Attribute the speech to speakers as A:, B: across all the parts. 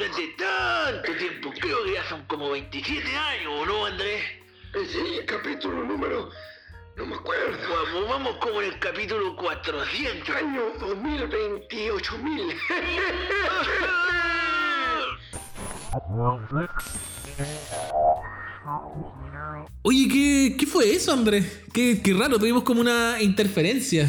A: este, hace tanto tiempo, creo que ya son como 27 años, ¿o ¿no, Andrés?
B: Sí, capítulo número. No me acuerdo.
A: Vamos, vamos como en el capítulo 400.
B: Año 2028.000.
C: Oye, ¿qué, qué fue eso, Andrés? Qué, qué raro, tuvimos como una interferencia.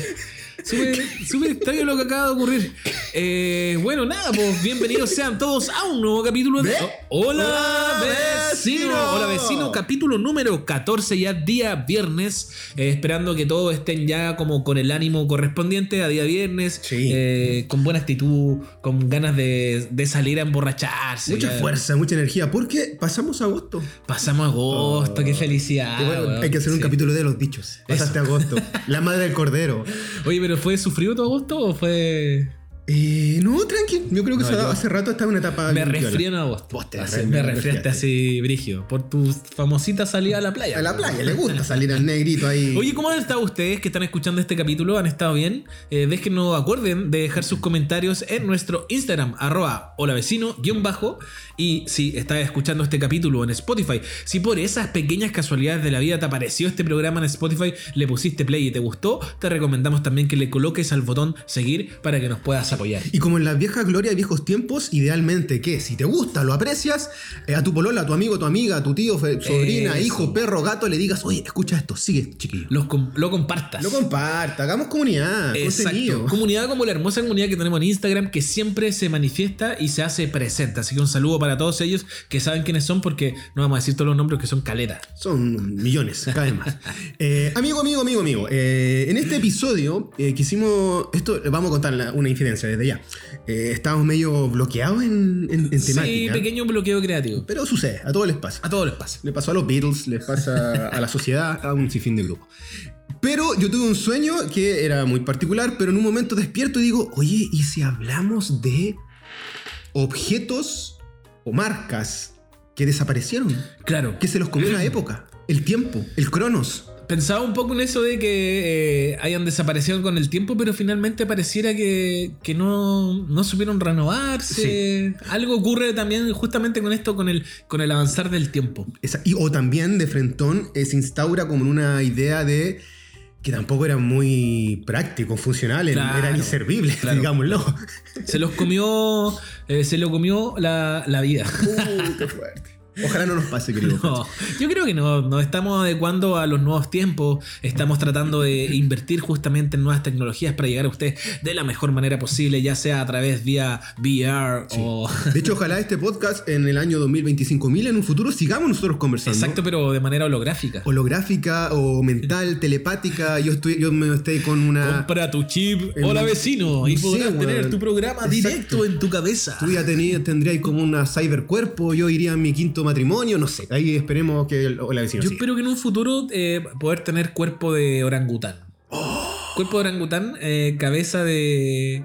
C: Súper súper extraño lo que acaba de ocurrir. Eh, bueno, nada, pues bienvenidos sean todos a un nuevo capítulo de...
D: ¿Ve?
C: Hola,
D: Hola,
C: vecino.
D: vecino.
C: Hola, vecino. Capítulo número 14, ya día viernes. Eh, esperando que todos estén ya como con el ánimo correspondiente a día viernes.
D: Sí.
C: Eh, con buena actitud, con ganas de, de salir a emborracharse.
D: mucha
C: ya.
D: fuerza, mucha energía, porque pasamos agosto.
C: Pasamos agosto,
D: Oh.
C: qué felicidad.
D: Y bueno,
C: Ah, weón.
D: hay que hacer un
C: Sí.
D: capítulo de los bichos. Pasaste agosto. La madre del cordero.
C: Oye, pero ¿fue sufrido tu agosto o fue.?
D: Eh, no, tranqui. Yo creo que
C: No,
D: se ha dado-
C: yo-
D: hace rato estaba en una etapa.
C: Me
D: bien piola.
C: resfrié en agosto.
D: Vos te
C: Así,
D: resfriaste.
C: me resfriaste así, Brigio. Por tu famosita salida a la playa.
D: A la playa, le gusta salir al negrito ahí.
C: Oye, ¿cómo han estado ustedes que están escuchando este capítulo? ¿Han estado bien? Eh, déjenos, acuerden de dejar sus comentarios en nuestro Instagram, arroba holavecino, guión bajo. Y si estás escuchando este capítulo en Spotify, si por esas pequeñas casualidades de la vida te apareció este programa en Spotify, le pusiste play y te gustó, te recomendamos también que le coloques al botón seguir para que nos puedas apoyar.
D: Y como en las viejas glorias, viejos tiempos, idealmente que si te gusta, lo aprecias, eh, a tu polola, a tu amigo, a tu amiga, a tu tío, fe- sobrina,
C: Eso.
D: hijo, perro, gato, le digas, oye, escucha esto, sigue, chiquillo.
C: Los com- lo compartas.
D: Lo comparta, hagamos comunidad, contenido.
C: Comunidad como la hermosa comunidad que tenemos en Instagram que siempre se manifiesta y se hace presente. Así que un saludo para todos ellos que saben quiénes son porque no vamos a decir todos los nombres que son caletas.
D: Son millones, cada vez más. Eh, amigo, amigo, amigo, amigo. eh, en este episodio eh, quisimos. Esto vamos a contar la- una infidencia desde ya. Eh, estábamos medio bloqueados en, en- en
C: Sí,
D: temática.
C: pequeño bloqueo creativo.
D: Pero sucede, a todos les pasa.
C: A todos les pasa.
D: Le pasó a los Beatles, le pasa a la sociedad, a un sinfín de grupos. Pero yo tuve un sueño que era muy particular, pero en un momento despierto y digo, oye, ¿y si hablamos de objetos o marcas que desaparecieron?
C: Claro.
D: Que se los comió la época, el tiempo, el cronos.
C: Pensaba un poco en eso de que eh, hayan desaparecido con el tiempo, pero finalmente pareciera que, que no, no supieron renovarse. Algo ocurre también justamente con esto, con el, con el avanzar del tiempo.
D: Esa- y, o también de Frentón eh, se instaura como en una idea de que tampoco eran muy prácticos, funcionales,
C: Claro,
D: eran inservibles,
C: claro.
D: digámoslo.
C: Se los comió, eh, se lo comió la, la vida.
D: Uh, qué fuerte. Ojalá no nos pase, querido.
C: No, yo creo que no, nos estamos adecuando a los nuevos tiempos, estamos tratando de invertir justamente en nuevas tecnologías para llegar a ustedes de la mejor manera posible, ya sea a través vía VR o...
D: De hecho, ojalá este podcast en el año 2025.000, en un futuro, sigamos nosotros conversando.
C: Exacto, pero de manera holográfica.
D: Holográfica o mental, telepática. Yo, estoy, yo me estoy con una.
C: Compra tu chip,
D: El-
C: hola vecino, y
D: no sé,
C: podrás tener
D: weón.
C: tu programa
D: Exacto.
C: directo en tu cabeza.
D: Tú ya tení- tendrías como una cybercuerpo. Yo iría a mi quinto matrimonio, no sé. Ahí esperemos que el- o la vecina.
C: Yo
D: siga.
C: espero que en un futuro eh, poder tener cuerpo de orangután. Cuerpo de orangután, eh, cabeza de...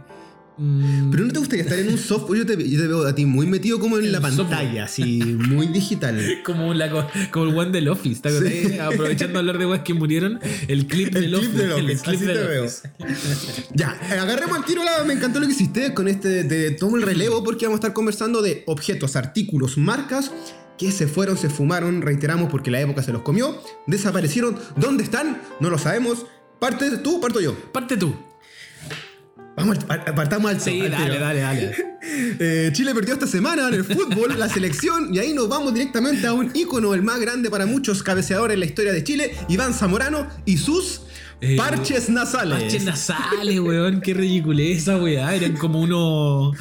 C: mm,
D: Pero no te gustaría estar en un software. Yo te, yo te veo a ti muy metido como en
C: En
D: la
C: un software.
D: pantalla, así, muy digital.
C: Como, la, co- como el one del Office, ¿te acordás?
D: Sí.
C: Aprovechando de hablar de weas que murieron, el clip del
D: clip
C: Office.
D: del
C: el
D: Office,
C: clip
D: así
C: del
D: te veo.
C: Office.
D: Ya, eh, agarremos el tiro. La, me encantó lo que hiciste con este. Te tomo el relevo porque vamos a estar conversando de objetos, artículos, marcas que se fueron, se fumaron. Reiteramos porque la época se los comió, desaparecieron. ¿Dónde están? No lo sabemos. Parte tú, parto yo.
C: Parte tú.
D: Vamos, al- par- partamos al
C: Sí,
D: al
C: dale,
D: tiro.
C: dale, dale.
D: Eh, Chile perdió esta semana en el fútbol, la selección, y ahí nos vamos directamente a un ícono, el más grande para muchos cabeceadores en la historia de Chile, Iván Zamorano y sus
C: Eh,
D: parches nasales.
C: Parches nasales, weón. Qué ridiculez esa weá. Eran como unos.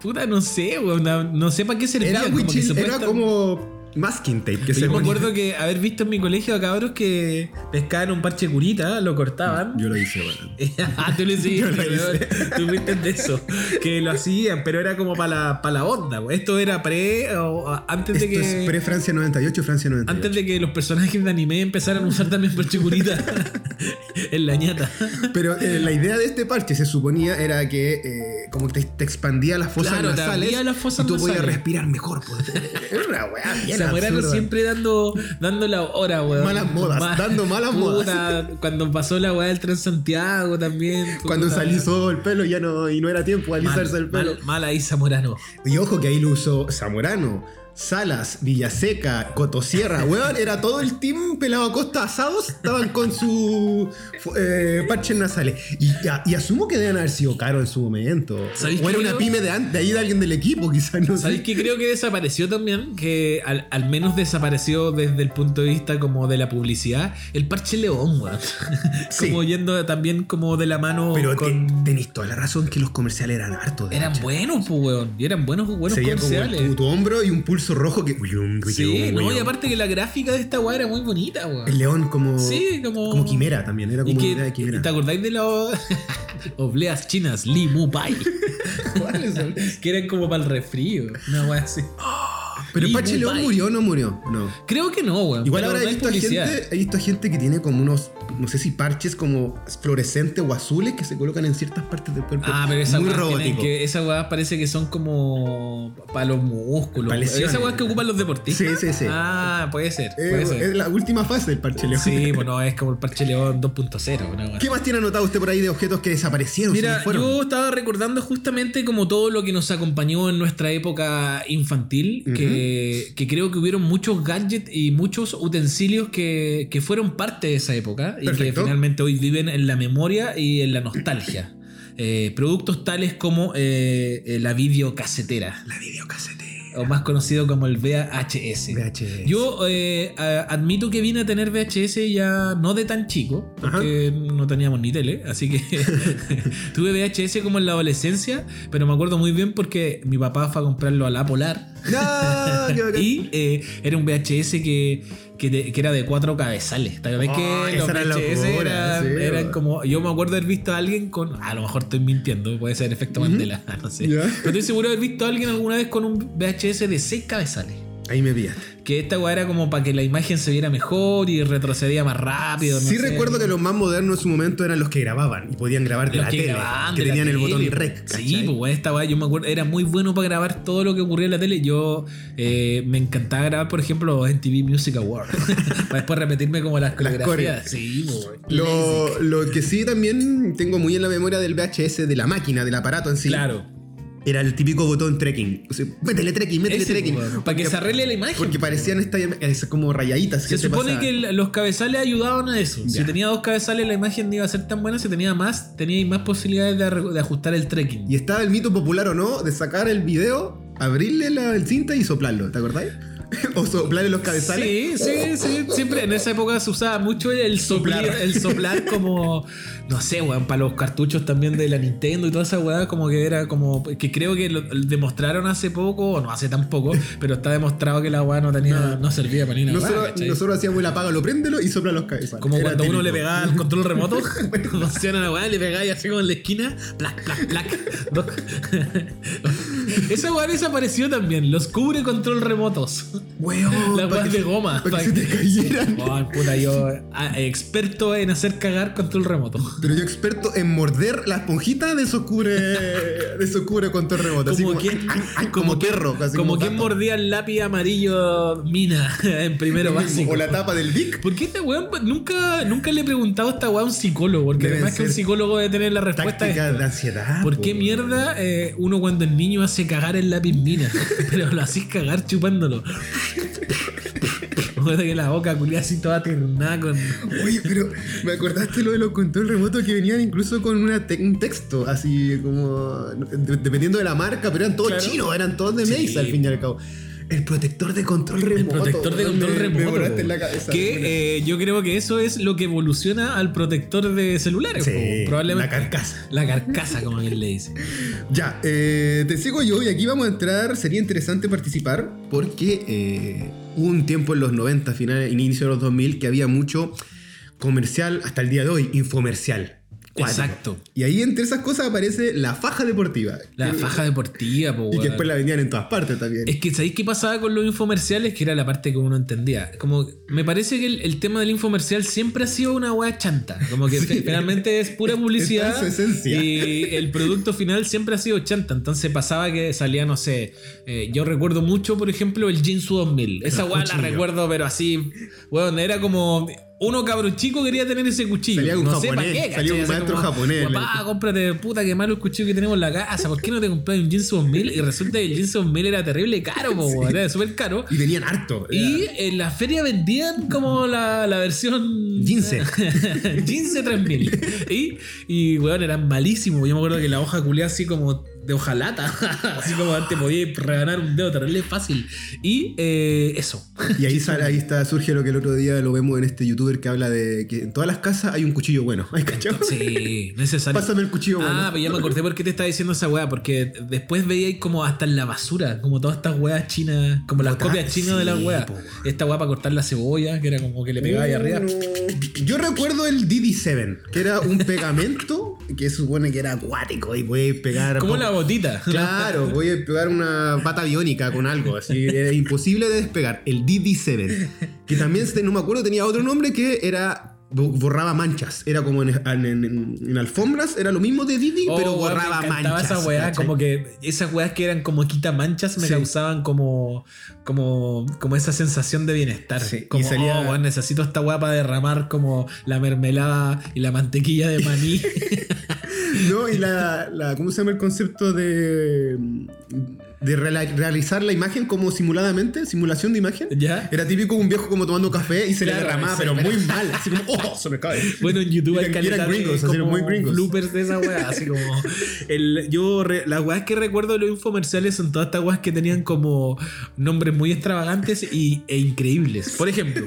C: Puta, no sé, weón. No, no sé para qué servían.
D: Era,
C: como que
D: Wichil- era
C: supuestan-
D: como masking tape que se
C: Yo me
D: ponía.
C: acuerdo que haber visto en mi colegio a cabros que pescaban un parche curita, lo cortaban.
D: Yo lo hice, weón.
C: ah, tú lo hiciste,
D: Yo lo
C: weón. tú fuiste de eso. Que lo hacían, pero era como para la, pa' la onda. weón. Esto era pre o a- antes
D: Esto
C: de que.
D: es pre-Francia 98, Francia 98.
C: antes de que los personajes de anime empezaran a usar también parchecuritas en la ñata.
D: Pero eh, la idea de este parche se suponía era que eh, como que te, te expandía las fosas
C: Claro, te
D: nasales
C: abría las fosas
D: y tú podías
C: nasales.
D: respirar mejor. pues. Era una weá bien
C: Zamorano
D: Absurdo.
C: siempre dando, dando la hora, weón.
D: Malas modas, dando malas
C: modas. Cuando pasó la weá del Transantiago también.
D: Cuando
C: puta.
D: se alisó el pelo ya no, y no era tiempo de
C: Mal,
D: alisarse el pelo.
C: mal, mal ahí, Zamorano.
D: Y ojo que ahí lo usó Zamorano, Salas, Villaseca, Cotosierra, weón, era todo el team pelado a costa asados, estaban con su fu- eh, parches nasales. Y, a- y asumo que deben haber sido caro en su momento.
C: ¿Sabéis
D: O
C: qué
D: era una
C: creo?
D: pyme de, an- de ahí de alguien del equipo, quizás, no
C: ¿Sabéis
D: sé.
C: que creo que desapareció también? Que al, al menos desapareció desde el punto de vista como de la publicidad. El parche León, weón.
D: Sí.
C: Como yendo también como de la mano
D: Pero te-
C: con...
D: tenéis toda la razón que los comerciales eran hartos. de
C: Eran
D: hacha.
C: buenos, pues, weón. Y eran buenos, buenos
D: Se veía como
C: comerciales.
D: tu, tu hombro y un pulso rojo que...
C: Sí, no, y aparte que la gráfica de esta weá era muy bonita, weón.
D: El león como...
C: Sí, como-
D: Como quimera también, era
C: Y
D: como una idea de
C: que,
D: quimera.
C: ¿Te acordáis de las obleas chinas Li Mu Pai?
D: ¿Cuáles son?
C: que eran como para el resfrío. Una weá así.
D: Pero
C: Y
D: Pache León
C: Mumbai.
D: murió o no murió. No.
C: Creo que no, weón.
D: Igual
C: pero
D: ahora
C: no
D: he
C: hay
D: visto, a
C: publicidad.
D: gente, he visto a gente que tiene como unos, no sé si parches como fluorescentes o azules que se colocan en ciertas partes del cuerpo.
C: Ah, pero esa
D: Muy
C: weá tienen
D: robótico. Eh,
C: que Esa weá parece que son como para los músculos.
D: Pa' lesiones.
C: Esa weá que ocupan los deportistas.
D: Sí, sí, sí.
C: Ah, puede ser.
D: Eh,
C: Puede ser.
D: es la última fase del Parche León.
C: Sí, bueno, es como el parche León 2.0. una weá
D: ¿Qué más tiene anotado usted por ahí de objetos que desaparecieron? se
C: Mira,
D: nos fueron?
C: yo estaba recordando justamente como todo lo que nos acompañó en nuestra época infantil, que, que creo que hubieron muchos gadgets y muchos utensilios que, que fueron parte de esa época y que
D: Perfecto.
C: finalmente hoy viven en la memoria y en la nostalgia. Eh, productos tales como eh, eh, la videocasetera,
D: La videocasetera.
C: o más conocido como el VHS.
D: VHS.
C: Yo eh, a- admito que vine a tener VHS ya no de tan chico, porque no teníamos ni tele, así que tuve VHS como en la adolescencia, pero me acuerdo muy bien porque mi papá fue a comprarlo a la Polar
D: No, qué bacán.
C: y eh, era un VHS que, que, te- que era de cuatro cabezales. ¿Te acordás
D: Oh,
C: que
D: esa era la locura,
C: eran,
D: sí,
C: eran
D: bro.
C: como. Yo me acuerdo haber visto a alguien con. A lo mejor estoy mintiendo, puede ser efecto Mandela, no sé.
D: Ya.
C: Pero estoy seguro de haber visto a alguien alguna vez con un VHS de seis cabezales.
D: Ahí me pillaste.
C: Que esta weá era como para que la imagen se viera mejor y retrocedía más rápido. no
D: sí
C: sé.
D: recuerdo que los más modernos en su momento eran los que grababan y podían grabar de
C: Los
D: la
C: que
D: tele.
C: grababan
D: que
C: de la
D: tenían el
C: tele,
D: botón
C: po.
D: rec.
C: Sí,
D: ¿cachai?
C: pues weá, esta weá, yo me acuerdo, era muy bueno para grabar todo lo que ocurría en la tele. Yo eh, me encantaba grabar, por ejemplo, los MTV Music Awards. para después repetirme como las coreografías.
D: coreos.
C: Sí, pues, weá.
D: Lo, lo que sí también tengo muy en la memoria del VHS, de la máquina, del aparato en sí.
C: Claro.
D: Era el típico botón trekking. O sea, métele trekking, métele trekking.
C: para que
D: Porque-
C: se arregle la imagen.
D: Porque
C: po.
D: parecían estas esas como rayaditas.
C: Se
D: que
C: supone
D: pasaban.
C: que el- los cabezales ayudaban a eso. Si
D: Ya.
C: tenía dos cabezales la imagen no iba a ser tan buena. Si tenía más, tenía más posibilidades de, arre- de ajustar el trekking.
D: Y estaba el mito popular o no de sacar el video, abrirle la el cinta y soplarlo, ¿te acordáis? o soplarle los cabezales.
C: Sí, sí, sí. Siempre en esa época se usaba mucho el soplar,
D: Soplar.
C: el soplar como, no sé, weón, para los cartuchos también de la Nintendo y toda esa weá, como que era como, que creo que lo demostraron hace poco, o no hace tan poco, pero está demostrado que la weá no tenía, no, servía para ni nada.
D: Nosotros, nosotros hacíamos el apaga, lo préndelo y sopla los cabezales.
C: como
D: Era
C: cuando uno
D: típico.
C: le pegaba al control remoto, funciona la weá, le pegaba y así como en la esquina, plac, plac, plac. Dos- Esa weá desapareció también, los cubre control remotos.
D: Weón,
C: Las
D: pa'
C: weas
D: que-
C: de goma.
D: Para
C: pa'
D: que se te cayeran.
C: Ay, puta, yo ah, experto en hacer cagar control remoto.
D: Pero yo experto en morder la esponjita de esos cubre, de esos cubre con torre rebota. Así
C: Como
D: como,
C: quien-
D: ay, ay,
C: como
D: como perro. así
C: Como
D: gato.
C: quien mordía el lápiz amarillo mina en primero
D: Lo mismo,
C: básico.
D: O la tapa del Vic.
C: ¿Por qué este weón nunca, nunca le he preguntado a esta weá a un psicólogo? Porque
D: Deben
C: además que un
D: ser
C: psicólogo debe tener la respuesta. a esto.
D: Táctica de ansiedad.
C: ¿Por
D: po,
C: qué
D: weón.
C: mierda eh, uno cuando es niño hace cagar el lápiz mina? Pero lo haces cagar chupándolo. Joder, que la boca culia así toda tiernada con.
D: Oye, pero me acordaste lo de los control remotos que venían incluso con una te- un texto, así como. de- dependiendo de la marca, pero eran todos
C: Claro.
D: chinos, eran todos de
C: Sí.
D: Maze al fin y al cabo. El protector de control remoto.
C: El protector de
D: weón,
C: control
D: me-
C: remoto.
D: Me volaste en la
C: po.
D: cabeza. weón.
C: que eh, yo creo que eso es lo que evoluciona al protector de celulares.
D: Sí,
C: po, probablemente.
D: La carcasa.
C: La carcasa, como él le dice.
D: Ya, eh, te sigo yo y aquí vamos a entrar. Sería interesante participar porque eh, hubo un tiempo en los 90, finales, inicio de los 2000, que había mucho comercial, hasta el día de hoy, infomercial. Cuático.
C: Exacto.
D: Y ahí entre esas cosas aparece la faja deportiva.
C: La faja deportiva, po,
D: Y que
C: weón.
D: después la vendían en todas partes también.
C: Es que ¿sabéis qué pasaba con los infomerciales? Que era la parte que uno entendía. Como, me parece que el, el tema del infomercial siempre ha sido una hueá chanta. Como que fe- finalmente es pura publicidad.
D: está en su esencia.
C: Y el producto final siempre ha sido chanta. Entonces pasaba que salía, no sé. eh, yo recuerdo mucho, por ejemplo, el Jinsu 2000. Esa hueá la
D: cuchillo.
C: recuerdo, pero así. Bueno, era como. Uno cabrón chico quería tener ese cuchillo.
D: Salía un
C: no sé para
D: japonés,
C: qué,
D: salía
C: ¿cachai?
D: un
C: Así
D: maestro
C: como,
D: japonés.
C: "Papá, Ah, cómprate, puta, que malo el cuchillo que tenemos en la casa. ¿Por qué no te compras un Jeans 2000? Y resulta que el Jeans 2000 era terrible caro, po, weón, era súper caro.
D: Y tenían harto.
C: Y en la feria vendían como la, la versión.
D: Jeans.
C: Jeans 3000. Y, y weón, eran malísimos. Yo me acuerdo que la hoja culé así como de hojalata. Así como antes podía reganar un dedo terrible fácil. Y eh, eso.
D: Y ahí, sale- ahí está, surge lo que el otro día lo vemos en este youtuber que habla de que en todas las casas hay un cuchillo bueno. ¿Ay, cachao?
C: Sí, necesario.
D: Pásame el cuchillo bueno.
C: Ah, pero ya me acordé por qué te estaba diciendo esa weá, porque después veía como hasta en la basura, como todas estas weas chinas, como las
D: Botar-
C: copias chinas de las
D: sí,
C: weas.
D: po.
C: Esta weá para cortar la cebolla, que era como que le pegaba ahí arriba.
D: Mm, Yo recuerdo el DD7, que era un pegamento que supone que era acuático y puede pegar.
C: Como la botita.
D: Claro, voy a pegar una pata biónica con algo, así era imposible de despegar. El DD7, que también se- no me acuerdo, tenía otro nombre que era bo- borraba manchas. Era como en, en- en- en alfombras, era lo mismo de DD,
C: Oh,
D: pero
C: weón, me
D: borraba
C: encantaba
D: manchas.
C: esa weá,
D: ¿cachai?
C: como que esas weas que eran como quita manchas me
D: Sí.
C: causaban como, como, como esa sensación de bienestar.
D: Sí, y
C: Como,
D: salía-
C: "Oh, weón, necesito esta weá para derramar como la mermelada y la mantequilla de maní.
D: No, y la, la- ¿Cómo se llama el concepto de. de rela- realizar la imagen como simuladamente? ¿Simulación de imagen?
C: ¿Ya?
D: Era típico un viejo como tomando café y se
C: Claro,
D: le derramaba,
C: sí,
D: pero
C: pero-
D: muy mal. Así como, ¡oh! Se me cae.
C: Bueno, en YouTube hay
D: Eran-
C: caleta
D: eran
C: de
D: gringos, así, eran
C: como
D: muy gringos.
C: bloopers de esa weá, así como el, yo re- las weas que recuerdo de los infomerciales son todas estas weas que tenían como nombres muy extravagantes y, e increíbles. Por ejemplo,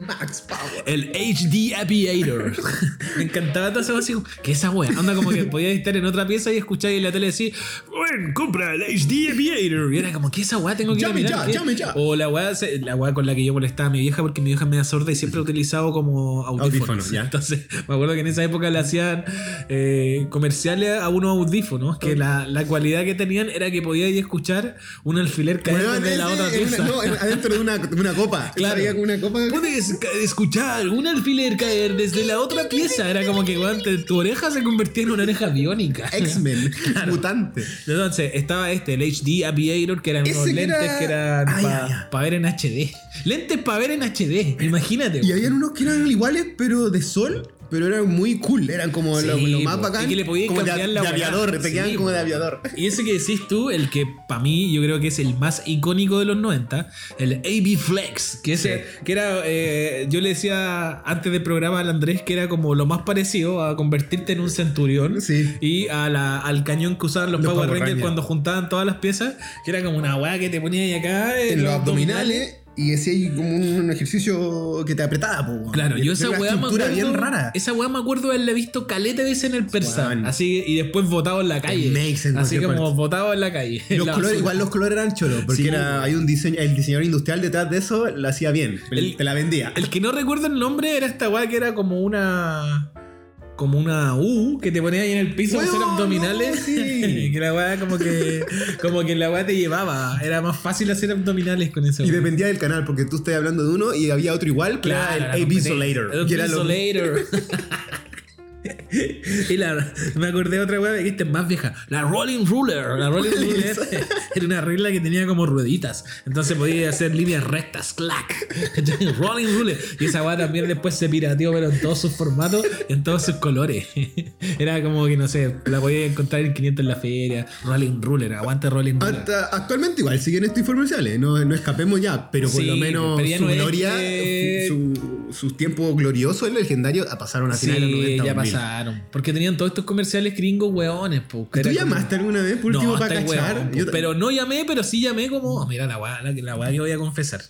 D: Max Power.
C: el HD Aviator. Me encantaba todo eso así como, que esa wea, onda como que podías estar en otra pieza y escuchar en la tele decir, bueno, compra el HD Aviator. Y era como que esa wea tengo que ir a
D: Llame
C: mirar,
D: ya,
C: ¿qué?
D: llame ya.
C: O la wea, se- la wea con la que yo molestaba a mi vieja porque mi vieja es media sorda y siempre ha utilizado como audífonos.
D: Audífonos, ya.
C: Entonces, me acuerdo que en esa época le hacían eh, comerciales a unos audífonos que la, la cualidad que tenían era que podías escuchar un alfiler caer
D: Weón,
C: de la
D: ese
C: otra
D: en una-
C: pieza.
D: no, en- adentro de una, de una copa.
C: Claro.
D: Salía con una copa.
C: Puedes ca- escuchar un alfiler caer desde la otra pieza. Era como que weón, te- tu oreja se convertía en una oreja biónica.
D: X-Men. Mutante.
C: Entonces estaba este, el HD Aviator, que eran
D: Ese
C: unos
D: que
C: lentes
D: era-
C: que eran
D: Ah,
C: para
D: ya, ya.
C: ver en HD. Lentes para ver en HD, imagínate.
D: Y
C: weón.
D: habían unos que eran iguales, pero de sol. Pero eran muy cool. Eran como lo,
C: Sí,
D: lo más
C: po.
D: bacán.
C: Y que le podías
D: como de,
C: cambiar la
D: de
C: weá.
D: aviador. Te
C: Sí,
D: quedan como
C: po.
D: de aviador.
C: Y ese que decís tú, el que para mí yo creo que es el más icónico de los 90, el AB Flex, que, ese, que era, eh, yo le decía antes del programa al Andrés que era como lo más parecido a convertirte en un centurión
D: Sí.
C: y a la- al cañón que usaban los,
D: Los
C: Power
D: Power
C: Rangers
D: Rangers.
C: cuando juntaban todas las piezas, que era como una weá que te ponía ahí acá
D: en los abdominales y hacía ahí como un ejercicio que te apretaba, po, weón.
C: Claro,
D: Y
C: yo esa
D: una
C: weá me
D: cintura
C: acuerdo.
D: bien rara.
C: Esa weá me acuerdo de haberla visto caleta de veces en el persa.
D: Weón.
C: Así, y después votado en la calle.
D: makes en
C: así
D: cualquier
C: como
D: parte.
C: votado en la calle. en
D: Los
C: la
D: colores,
C: basura.
D: igual los colores eran cholos, porque
C: Sí.
D: era, hay un diseño, el diseñador industrial detrás de eso la hacía bien,
C: El-
D: te la vendía.
C: El que no recuerdo el nombre era esta weá que era como una. Como una U que te ponía ahí en el piso para hacer
D: Weón,
C: abdominales.
D: no, sí.
C: que la weá como que. Como que la weá te llevaba. Era más fácil hacer abdominales con eso.
D: y dependía del canal, porque tú estás hablando de uno y había otro igual, pero
C: Ah,
D: era el AB Solator. que era lo-
C: Solator. Y la, me acordé de otra weá que esta es más vieja. La Rolling Ruler. La Rolling Ruler era una regla que tenía como rueditas. Entonces podía hacer líneas rectas. Clac. ¿Cachai? Rolling Ruler. Y esa weá también después se pirateó, pero en todos sus formatos, en todos sus colores. Era como que no sé, la podía encontrar en 500 en la feria. Rolling Ruler. Aguante Rolling Ruler.
D: Hasta- actualmente igual siguen estos informerciales, no, no escapemos ya, pero por
C: Sí,
D: lo menos
C: pero ya
D: su
C: no es
D: gloria,
C: que-
D: su, sus tiempos gloriosos y legendarios pasaron a finales de los 90.
C: ya
D: 2000.
C: pasaron. Porque tenían todos estos comerciales gringos, weones. Po, que
D: ¿Tú
C: era como-
D: llamaste alguna vez por último
C: no, está
D: para
C: el
D: cachar?
C: huevón,
D: Yo-
C: po, pero no llamé, pero sí llamé como. oh, mira la weá, la, la weá que voy a confesar.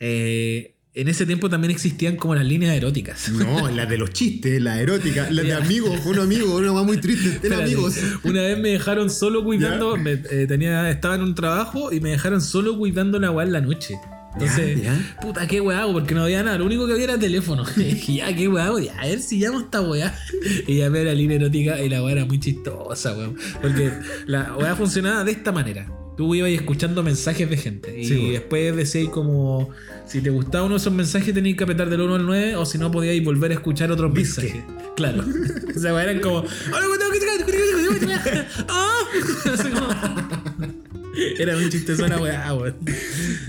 C: Eh, en ese tiempo también existían como las líneas eróticas.
D: No, la de los chistes, la erótica, la de
C: Ya.
D: amigos, fue un amigo, una va muy triste, ten
C: Espérate,
D: amigos.
C: Una vez me dejaron solo cuidando, me, eh, tenía, estaba en un trabajo y me dejaron solo cuidando la weá en la noche. Entonces,
D: Ya, ya.
C: puta, qué weá hago, porque no había nada. Lo único que había era teléfono. Y dije, ya, qué weá hago, ya, a ver si llamo a esta weá. Y llamé a la línea erótica y la weá era muy chistosa, weón. Porque la weá funcionaba de esta manera. Tú ibas escuchando mensajes de gente. Y
D: Sí, weón.
C: después decíais como, si te gustaba uno de esos mensajes, tenías que apretar del 1 al 9, o si no, podíais volver a escuchar otros
D: Disque.
C: mensajes. Claro. O sea, eran como. "Hola, weón, tengo que sacar, tengo que sacar". ¡Ah! Así como- Era muy chistosa la weá, weón.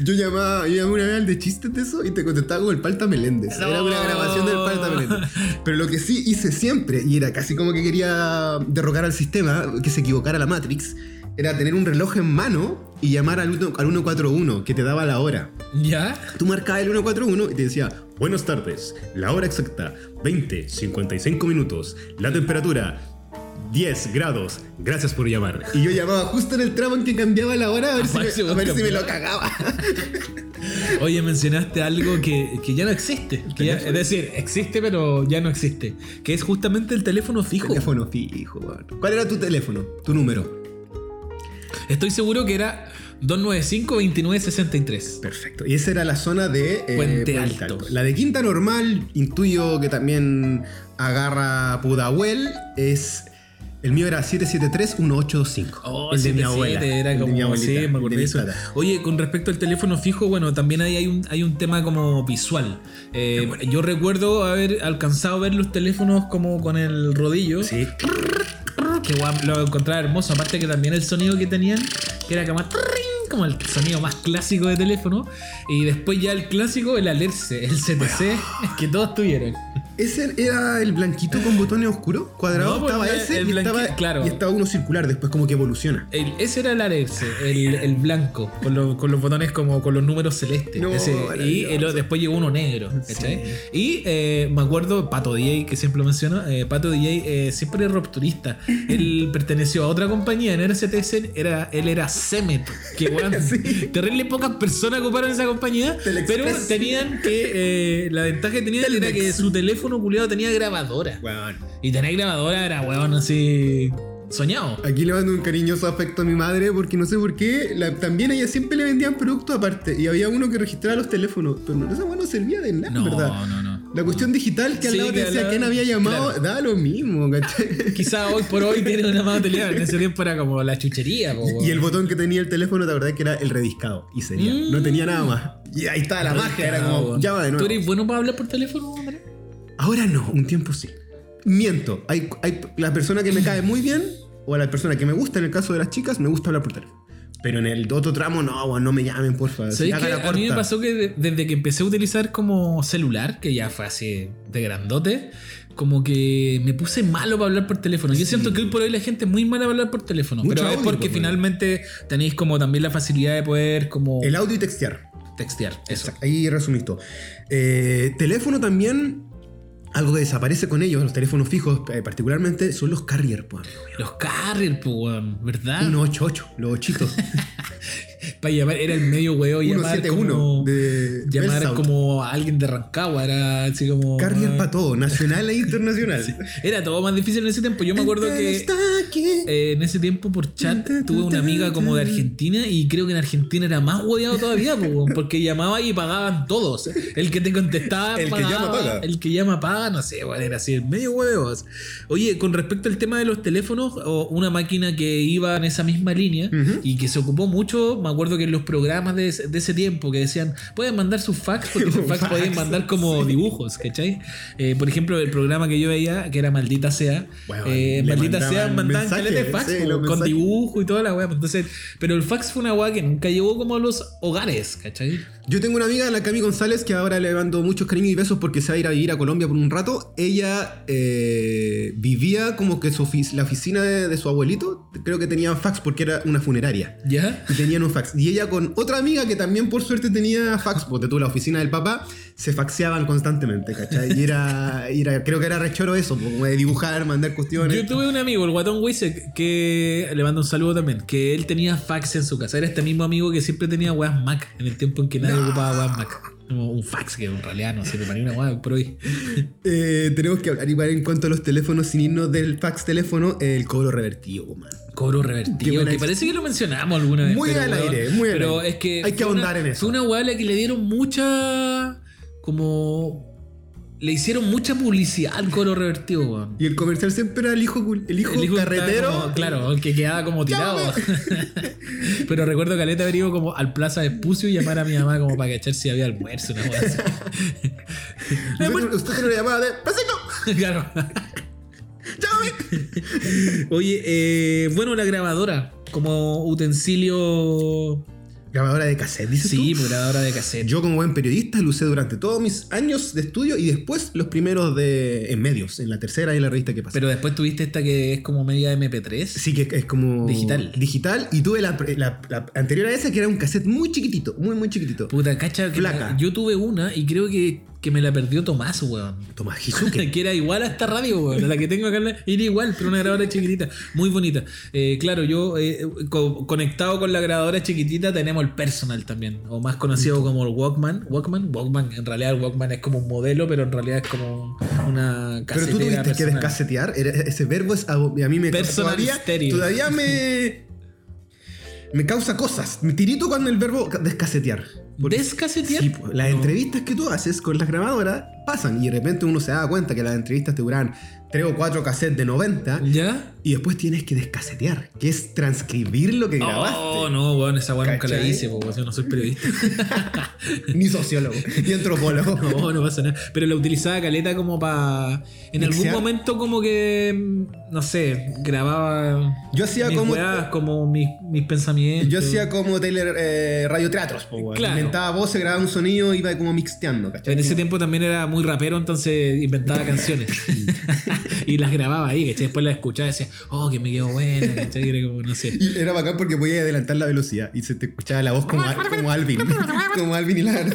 D: Yo llamaba, yo llamé una vez al de chistes de eso y te contestaba con el Palta Meléndez. Era una
C: No.
D: grabación del Palta Meléndez. Pero lo que sí hice siempre, y era casi como que quería derrocar al sistema, que se equivocara la Matrix, era tener un reloj en mano y llamar al, uno- al 141, que te daba la hora.
C: ¿Ya?
D: Tú marcabas el 141 y te decía, buenas tardes, la hora exacta, 20, 55 minutos, la temperatura, 10 grados, gracias por llamar. Y yo llamaba justo en el tramo en que cambiaba la hora a ver, si,
C: ver
D: me,
C: si vos
D: a ver si me
C: cambiabas.
D: lo cagaba.
C: Oye, mencionaste algo que, que ya no existe. Que ya- es decir, existe, pero ya no existe. Que es justamente el teléfono fijo.
D: Teléfono fijo, weón. ¿Cuál era tu teléfono? Tu número.
C: Estoy seguro que era 295-2963.
D: Perfecto. Y esa era la zona de eh,
C: Puente Alto.
D: La de Quinta Normal, intuyo que también agarra Pudahuel, es. El mío era 773-185.
C: Oh,
D: el de mi
C: 77,
D: abuela.
C: Era
D: el de
C: como,
D: mi abuelita,
C: sí, me
D: el de
C: acordé
D: mi
C: de eso.
D: tata.
C: Oye, con respecto al teléfono fijo, bueno, también ahí hay un, hay un tema como visual. Eh, Yo recuerdo haber alcanzado a ver los teléfonos como con el rodillo.
D: Sí.
C: Que guap, lo encontraba hermoso. Aparte que también el sonido que tenían, que era como, tring, como el sonido más clásico de teléfono. Y después ya el clásico, el alerce, el CTC, que todos tuvieron.
D: ¿Ese era el blanquito con botones oscuros? Cuadrado
C: No, pues,
D: estaba
C: el-
D: ese
C: el
D: y, estaba,
C: blanqui- claro.
D: y estaba uno circular, después como que evoluciona.
C: El- ese era el alerce, el, el blanco, con, lo- con los botones como con los números celestes.
D: No,
C: Ese- y
D: maravilloso.
C: el o- después llegó uno negro. ¿cachai? Y eh, me acuerdo, Pato DJ, que siempre lo menciono, eh, Pato DJ eh, siempre era rupturista. Él perteneció a otra compañía en RCTC, era, él era Cemet. Que weón, terrible pocas personas ocuparon esa compañía, pero
D: Telexpress.
C: tenían que, eh, la ventaja que tenían era que
D: Telmex.
C: su teléfono culiado tenía grabadora.
D: Weón.
C: Y tener grabadora era, weón, así soñado.
D: Aquí le mando un cariñoso afecto a mi madre porque no sé por qué. la- también a ella siempre le vendían productos aparte. Y había uno que registraba los teléfonos. Pero no, esa weá no servía de nada, en
C: No,
D: ¿verdad?
C: no, no.
D: La cuestión digital que al
C: Sí,
D: lado
C: que
D: te
C: al
D: decía
C: lado-
D: quién había llamado,
C: claro.
D: da lo mismo, ¿cachai?
C: Quizá hoy por hoy tiene una mano teleada. En ese tiempo era como la chuchería. po,
D: Y el
C: weón.
D: botón que tenía el teléfono, la verdad que era el rediscado. Y sería.
C: Mm.
D: No tenía nada más. Y ahí estaba la magia, era
C: Ah,
D: como,
C: weón.
D: llama de
C: ¿Tú
D: nuevo.
C: eres bueno para hablar por teléfono, Andrés?
D: Ahora no, un tiempo sí. Miento. Hay, hay la persona que me cae muy bien, o a la persona que me gusta, en el caso de las chicas, me gusta hablar por teléfono. Pero en el otro tramo, no, weón, no me llamen, por favor.
C: ¿Sabéis
D: hagan
C: que
D: la
C: a mí me
D: corta.
C: pasó que de- desde que empecé a utilizar como celular, que ya fue así de grandote, como que me puse malo para hablar por teléfono. Yo siento que hoy por hoy la gente es muy mala para hablar por teléfono.
D: Mucho
C: pero es
D: audio,
C: porque
D: pues,
C: finalmente tenéis como también la facilidad de poder como
D: El audio y textear.
C: textear. Eso.
D: Exacto, Ahí resumís todo. Eh, teléfono también. Algo que desaparece con ellos, los teléfonos fijos eh, particularmente, son los carrier, pues. amigo.
C: Los carrier, pues, weón, ¿verdad?
D: 188, los ochitos.
C: Para llamar, era el medio huevo llamar
D: 171
C: como...
D: de
C: Llamar
D: Bellsound.
C: como a alguien de Rancagua era así como.
D: Carrier
C: ah,
D: para todo, nacional e internacional.
C: Era todo más difícil en ese tiempo. Yo me acuerdo que
D: Está aquí.
C: eh, en ese tiempo por chat tuve una amiga como de Argentina y creo que en Argentina era más hueveado todavía po, weón, porque llamaba y pagaban todos. El que te contestaba
D: El que
C: pagaba,
D: llama, paga.
C: El que llama paga, no sé, weón, era así, medio huevos. Oye, con respecto al tema de los teléfonos, o una máquina que iba en esa misma línea
D: Ujú.
C: y que se ocupó mucho, me acuerdo que en los programas de, ese- de ese tiempo que decían, pueden mandar sus fax, porque sus fax
D: Fax,
C: podían mandar como dibujos, ¿cachai? Eh, por ejemplo, el programa que yo veía, que era Maldita Sea,
D: Bueno,
C: eh,
D: le
C: maldita
D: mandaban
C: sea, mandaban
D: mensajes,
C: caleta de fax
D: sí,
C: po,
D: los
C: con
D: mensajes.
C: dibujo y toda la weá. pues, Entonces, pero el fax fue una weá que nunca llegó como a los hogares, ¿cachai?
D: Yo tengo una amiga, la Cami González, que ahora le mando muchos cariños y besos porque se va a ir a vivir a Colombia por un rato. Ella eh, vivía como que su ofi- la oficina de, de su abuelito, creo que tenía fax porque era una funeraria.
C: ¿Ya?
D: Y tenían un fax. Y ella con otra amiga que también por suerte tenía fax, porque tú la oficina del papá, se faxeaban constantemente, ¿cachai? Y era, y era- creo que era rechoro eso, pues, como de dibujar, mandar cuestiones.
C: Yo tuve un amigo, el guatón Wisek, que le mando un saludo también, que él tenía fax en su casa. Era este mismo amigo que siempre tenía weas Mac en el tiempo en que nadie ocupaba weas Mac. Como un fax que en realidad no sirve para ni una guada, pero hoy.
D: Eh, tenemos que hablar igual en cuanto a los teléfonos sin irnos del fax teléfono, el cobro revertido, pues, man.
C: Cobro
D: Qué
C: revertido,
D: buena
C: que
D: ex-
C: parece que lo mencionamos alguna vez.
D: Muy
C: pero,
D: al
C: weón,
D: aire, muy al
C: Pero
D: aire.
C: es que.
D: Hay que
C: fue
D: ahondar
C: una,
D: en eso.
C: Fue una weá a la que le dieron mucha. Como. Le hicieron mucha publicidad al cobro revertido, weón.
D: Y el comercial siempre era el hijo, cul- el hijo,
C: El hijo
D: carretero.
C: estaba como- claro, el que quedaba como tirado. Pero recuerdo que Aleta había ido como al Plaza Espucio y llamar a mi mamá como para cachar si había almuerzo. Una cosa así.
D: Usted, usted tiene una llamada de "Pues ¡Pasito!
C: claro.
D: ¡Llámame!
C: Oye, eh, bueno, la grabadora como utensilio.
D: Grabadora de cassette, dices
C: Sí, pues,
D: tú?
C: grabadora de cassette.
D: Yo como buen periodista lo usé durante todos mis años de estudio y después los primeros de en medios, en la tercera y en la revista que pasé.
C: Pero después tuviste esta que es como media MP3.
D: Sí, que es como.
C: Digital.
D: Digital. Y tuve la, pre- la- la anterior a esa, que era un cassette muy chiquitito, muy, muy chiquitito.
C: Puta, cacha. que
D: Flaca.
C: me- yo tuve una y creo que, que me la perdió Tomás, weón.
D: Tomás Hizuke.
C: Que era igual a esta radio, weón. La que tengo acá en la- era igual, pero una grabadora chiquitita. Muy bonita. Eh, claro, yo eh, co- conectado con la grabadora chiquitita tenemos el personal también. O más conocido como el Walkman. Walkman, Walkman. En realidad el Walkman es como un modelo, pero en realidad es como una
D: Pero tú tuviste
C: casetera
D: que
C: personal.
D: descasetear. era- ese verbo es. abo- y A mí me
C: Personal
D: todavía,
C: stereo.
D: todavía me. Me causa cosas. Me tirito con el verbo ca- descasetear. Porque-
C: ¿Descasetear?
D: Sí, pues, las
C: No.
D: entrevistas que tú haces con las grabadoras pasan y de repente uno se da cuenta que las entrevistas te duran 3 o 4 cassettes de 90
C: ¿Ya?
D: y después tienes que descasetear, que es transcribir lo que grabaste.
C: Oh, no, weón, esa weón nunca la
D: ¿Cachai?
C: hice, po, weón, yo no soy periodista.
D: Ni sociólogo, ni antropólogo.
C: No, no pasa nada. Pero la utilizaba caleta como para. En algún
D: Mixear.
C: momento, como que. mm, No sé, grababa.
D: Yo hacía
C: mis
D: como-
C: weas, como mis, mis pensamientos.
D: Yo hacía como Taylor eh, Radio Teatros, po, weón.
C: Claro.
D: inventaba voces, grababa un sonido, iba como mixteando, ¿cachai?
C: En ese tiempo también era muy rapero, entonces inventaba canciones. y las grababa ahí, ¿cachai? Después las escuchaba y decía, oh, que me quedó buena, ¿cachai? Y Era como, no sé.
D: Y era bacán porque podía adelantar la velocidad y se te escuchaba la voz como, Al- como Alvin. como Alvin y la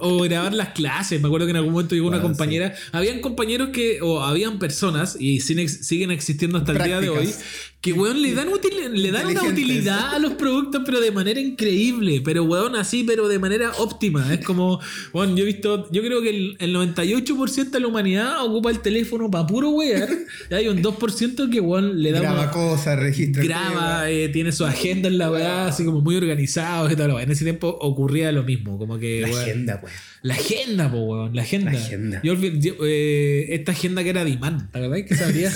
C: O grabar las clases. Me acuerdo que en algún momento llegó una
D: Bueno,
C: compañera. Habían compañeros que, o habían personas, y sin ex- siguen existiendo hasta el día de hoy,
D: Prácticas.
C: que, weón, le dan, util- le dan una
D: Inteligentes.
C: utilidad a los productos, pero de manera increíble. Pero, weón, así, pero de manera óptima. Es como, weón, yo he visto, yo creo que el, el 98% de la humanidad ocupa el teléfono para puro wear. Y hay un 2% que, weón, le da una-
D: Graba cosas, registra.
C: graba, eh, tiene su agenda en la weá, así como muy organizado y tal. weá. En ese tiempo ocurría lo mismo, como que
D: La
C: weón,
D: agenda, pues.
C: la agenda, po, weón, la agenda.
D: La agenda.
C: Yo olvid- yo, eh, esta agenda que era de imán, la verdad es que sabría.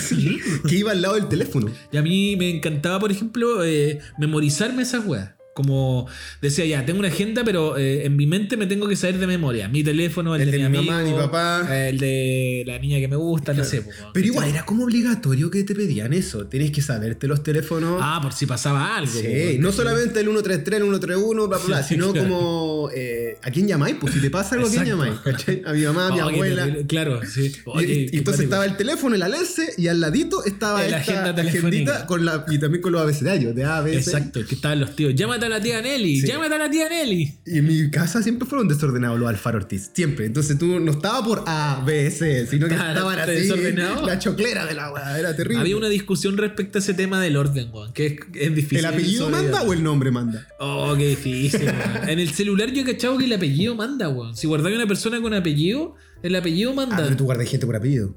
D: Que iba al lado del teléfono.
C: Y a mí me encantaba, por ejemplo, eh, memorizarme esas weas. Como decía, ya, tengo una agenda, pero eh, en mi mente me tengo que saber de memoria. Mi teléfono, el,
D: El
C: de,
D: de
C: mi,
D: mi mamá,
C: amigo,
D: mi papá.
C: El de la niña que me gusta, no sé. po, weón.
D: Pero igual, era como obligatorio que te pedían eso. Tienes que saberte los teléfonos.
C: Ah, por si pasaba algo. po,
D: Sí,
C: weón.
D: no solamente el 133, el 131, bla, bla, bla, sino
C: Claro.
D: como eh, a quién llamáis, pues si te pasa algo, a quién
C: Exacto.
D: llamáis, ¿cachai? A mi mamá, a mi
C: Oh, qué
D: abuela.
C: terrible. Claro, sí.
D: Y-
C: Oh, qué-
D: y-
C: qué
D: entonces
C: cuático.
D: estaba el teléfono, el alerce, y al ladito estaba
C: La
D: esta
C: agenda telefónica.
D: agendita con la, y también con los abecedarios de A, B, C.
C: Exacto, que estaban los tíos. Llámate a la tía Nelly,
D: Sí.
C: llámate a la tía Nelly.
D: Y en mi casa siempre fueron desordenados los Alfaro Ortiz, siempre. Entonces tú no estaba por A, B, C, sino que
C: Claro,
D: estaban así,
C: desordenado.
D: la choclera de la weá, era terrible.
C: Había una discusión respecto a ese tema del orden, weón, que es, es difícil.
D: ¿El apellido
C: sobre-
D: manda o el nombre manda?
C: Oh, qué difícil, weón. En el celular yo he cachado que el apellido manda, weón. Si guardáis una persona con apellido, el apellido
D: Ah,
C: manda.
D: pero tú
C: pero,
D: guardas gente por apellido.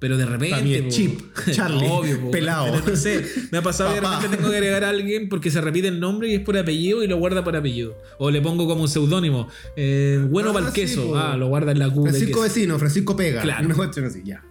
C: de repente.
D: Para mí es
C: po,
D: Chip, Charlie,
C: Obvio, po,
D: pelao.
C: pero no sé, me ha pasado que de
D: Papá.
C: repente tengo que agregar a alguien porque se repite el nombre y es por apellido y lo guarda por apellido. O le pongo como un seudónimo. Eh, bueno
D: Ah,
C: para el
D: sí,
C: queso.
D: po.
C: ah, lo guarda en la Q. de
D: Francisco
C: queso.
D: Vecino, Francisco Pega.
C: Claro.
D: Una cuestión así, ya.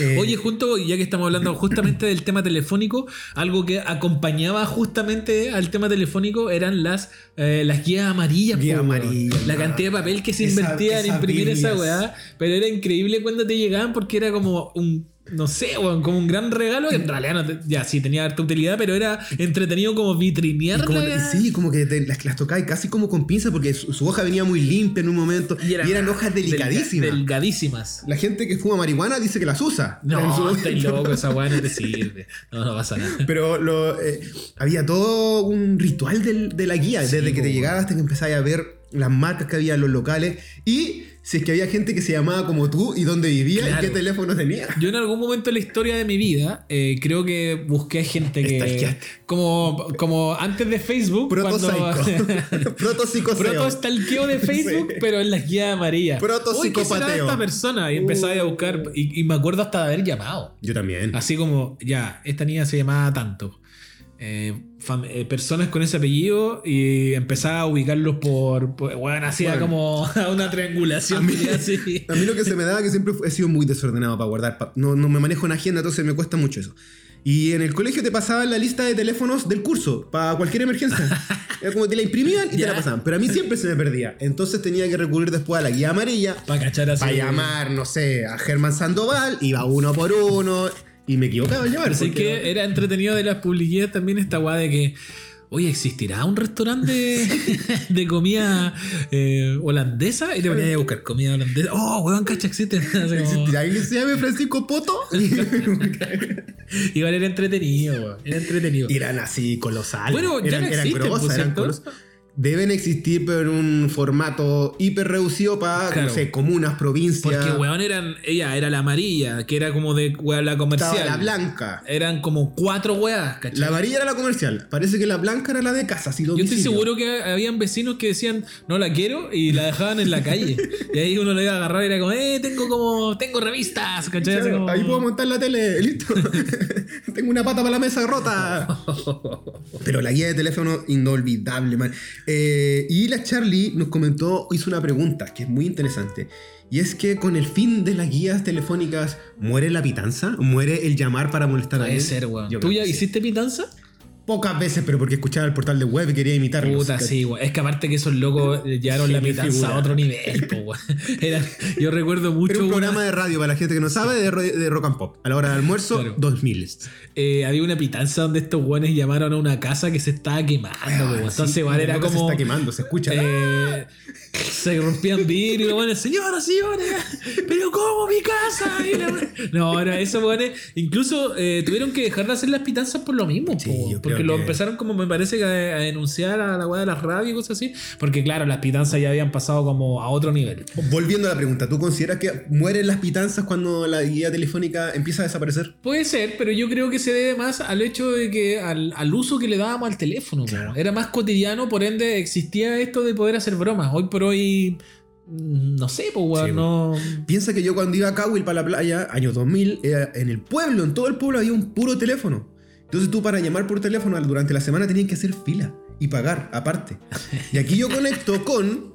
D: Eh,
C: Oye, junto, ya que estamos hablando justamente del tema telefónico, algo que acompañaba justamente al tema telefónico eran las, eh, las guías amarillas.
D: Guía
C: po, weón.
D: amarilla.
C: La cantidad de papel que se
D: Esa-
C: invertía en
D: esas
C: imprimir esa
D: Biblias.
C: weá. Pero era increíble cuando te llegaban porque era como un. No sé, weón, como un gran regalo. que En realidad, no te- ya sí tenía harta utilidad, pero era entretenido como
D: y
C: vitrinear
D: como-
C: la
D: y
C: weá.
D: sí, como que te- las, las tocaba casi como con pinza porque su, su hoja venía muy limpia en un momento y, eran hojas
C: delga-
D: delicadísimas.
C: Delgadísimas.
D: La gente que fuma marihuana dice que las usa. En
C: No,
D: su-
C: estáis loco, esa weá no te sirve. No, no pasa nada.
D: Pero lo, eh, había todo un ritual del- de la guía,
C: Sí,
D: desde que
C: po.
D: te llegaba hasta que empezabas a ver las marcas que había, los locales y si es que había gente que se llamaba como tú y dónde vivía
C: Claro.
D: y qué teléfono tenía.
C: Yo en algún momento en la historia de mi vida eh, creo que busqué a gente que...
D: Stalkeaste.
C: Como, como antes de Facebook.
D: Proto
C: cuando,
D: psycho. Proto
C: Proto
D: psicoseo.
C: stalkeo de Facebook,
D: Sí.
C: pero en las guías amarillas.
D: Proto
C: Uy, ¿qué será
D: psicopateo.
C: esta persona? Y empezaba a buscar,
D: Uh.
C: y, y me acuerdo hasta de haber llamado.
D: Yo también.
C: Así como, ya, esta niña se llamaba tanto. Eh, fam- eh, personas con ese apellido y empezaba a ubicarlos por. por- bueno, hacía
D: Bueno.
C: como una triangulación.
D: A mí-
C: así.
D: A mí lo que se me daba que siempre he sido muy desordenado para guardar. pa- no, no me manejo una agenda, entonces me cuesta mucho eso. Y en el colegio te pasaban la lista de teléfonos del curso para cualquier emergencia. Era como te la imprimían y te
C: Ya.
D: la pasaban. Pero a mí siempre se me perdía. Entonces tenía que recurrir después a la guía amarilla
C: Para cachar así.
D: para llamar, no sé, a Germán Sandoval. Iba uno por uno y me equivocaba al llamar.
C: Así
D: porque
C: que
D: no-
C: era entretenido de las publicidades también esta guada de que. Oye, ¿existirá un restaurante de, de comida eh, holandesa? Y te ponías a buscar comida holandesa. ¡Oh, weón, cacha, existe! Así como-
D: ¿Existirá alguien que se llame Francisco Poto?
C: Igual era entretenido, weón. Era entretenido.
D: Y eran así colosales.
C: Bueno, ya
D: eran,
C: no
D: eran
C: existen,
D: grosas,
C: por
D: eran
C: cierto.
D: colosas. Deben existir, pero en un formato hiper reducido para,
C: Claro.
D: no sé, comunas, provincias.
C: Porque, weón, eran. Ella era la amarilla, que era como de weón, la
D: estaba
C: comercial.
D: la blanca.
C: Eran como cuatro weas, ¿cachai?
D: La amarilla era la comercial. Parece que la blanca era la de casa. así
C: Yo estoy
D: domicilio.
C: seguro que habían vecinos que decían, no la quiero, y la dejaban en la calle. y ahí uno la iba a agarrar y era como, eh, tengo como, tengo revistas, ¿cachai? Así
D: Claro,
C: como- mm.
D: Ahí puedo montar la tele, listo. Tengo una pata para la mesa rota. Pero la guía de teléfono, inolvidable, man. Eh, y la Charlie nos comentó, hizo una pregunta que es muy interesante. Y es que con el fin de las guías telefónicas, ¿muere la pitanza? ¿Muere el llamar para molestar a
C: Puede
D: alguien?
C: ser, weón.
D: Yo
C: ¿Tú
D: creo
C: ya
D: que sí.
C: hiciste pitanza?
D: Pocas veces, pero porque escuchaba el portal de web y quería imitarlo.
C: Puta, sí, weón. Es que aparte que esos locos eh, llevaron la
D: Genio
C: pitanza a
D: figura.
C: otro nivel, po, weón. Era- Yo recuerdo mucho.
D: Era un
C: una-
D: programa de radio para la gente que no sabe de, ro- de rock and pop. A la hora del almuerzo,
C: Claro.
D: 2000.
C: Eh, había una pitanza donde estos guanes llamaron a una casa que se estaba quemando. po. pues, Entonces,
D: Ah, Sí,
C: igual era
D: la cosa Se
C: como.
D: está quemando, se escucha.
C: eh, se rompían vidrios, bueno, señora, señora, pero ¿cómo mi casa? Y la- No, era eso, bueno, incluso eh, tuvieron que dejar de hacer las pitanzas por lo mismo,
D: Sí,
C: po,
D: yo creo
C: porque lo
D: que-
C: empezaron como me parece que a, a denunciar a la weá de las radios y cosas así, porque claro, las pitanzas ya habían pasado como a otro nivel.
D: Volviendo a la pregunta, ¿tú consideras que mueren las pitanzas cuando la guía telefónica empieza a desaparecer?
C: Puede ser, pero yo creo que se debe más al hecho de que al, al uso que le dábamos al teléfono. po. Era más cotidiano, por ende existía esto de poder hacer bromas. Hoy por hoy, mm, no sé, pues,
D: Sí, po.
C: no...
D: Piensa que yo cuando iba a Cahuil para la playa, año 2000, eh, en el pueblo, en todo el pueblo había un puro teléfono. Entonces tú para llamar por teléfono durante la semana tenías que hacer fila y pagar aparte. Y aquí yo conecto con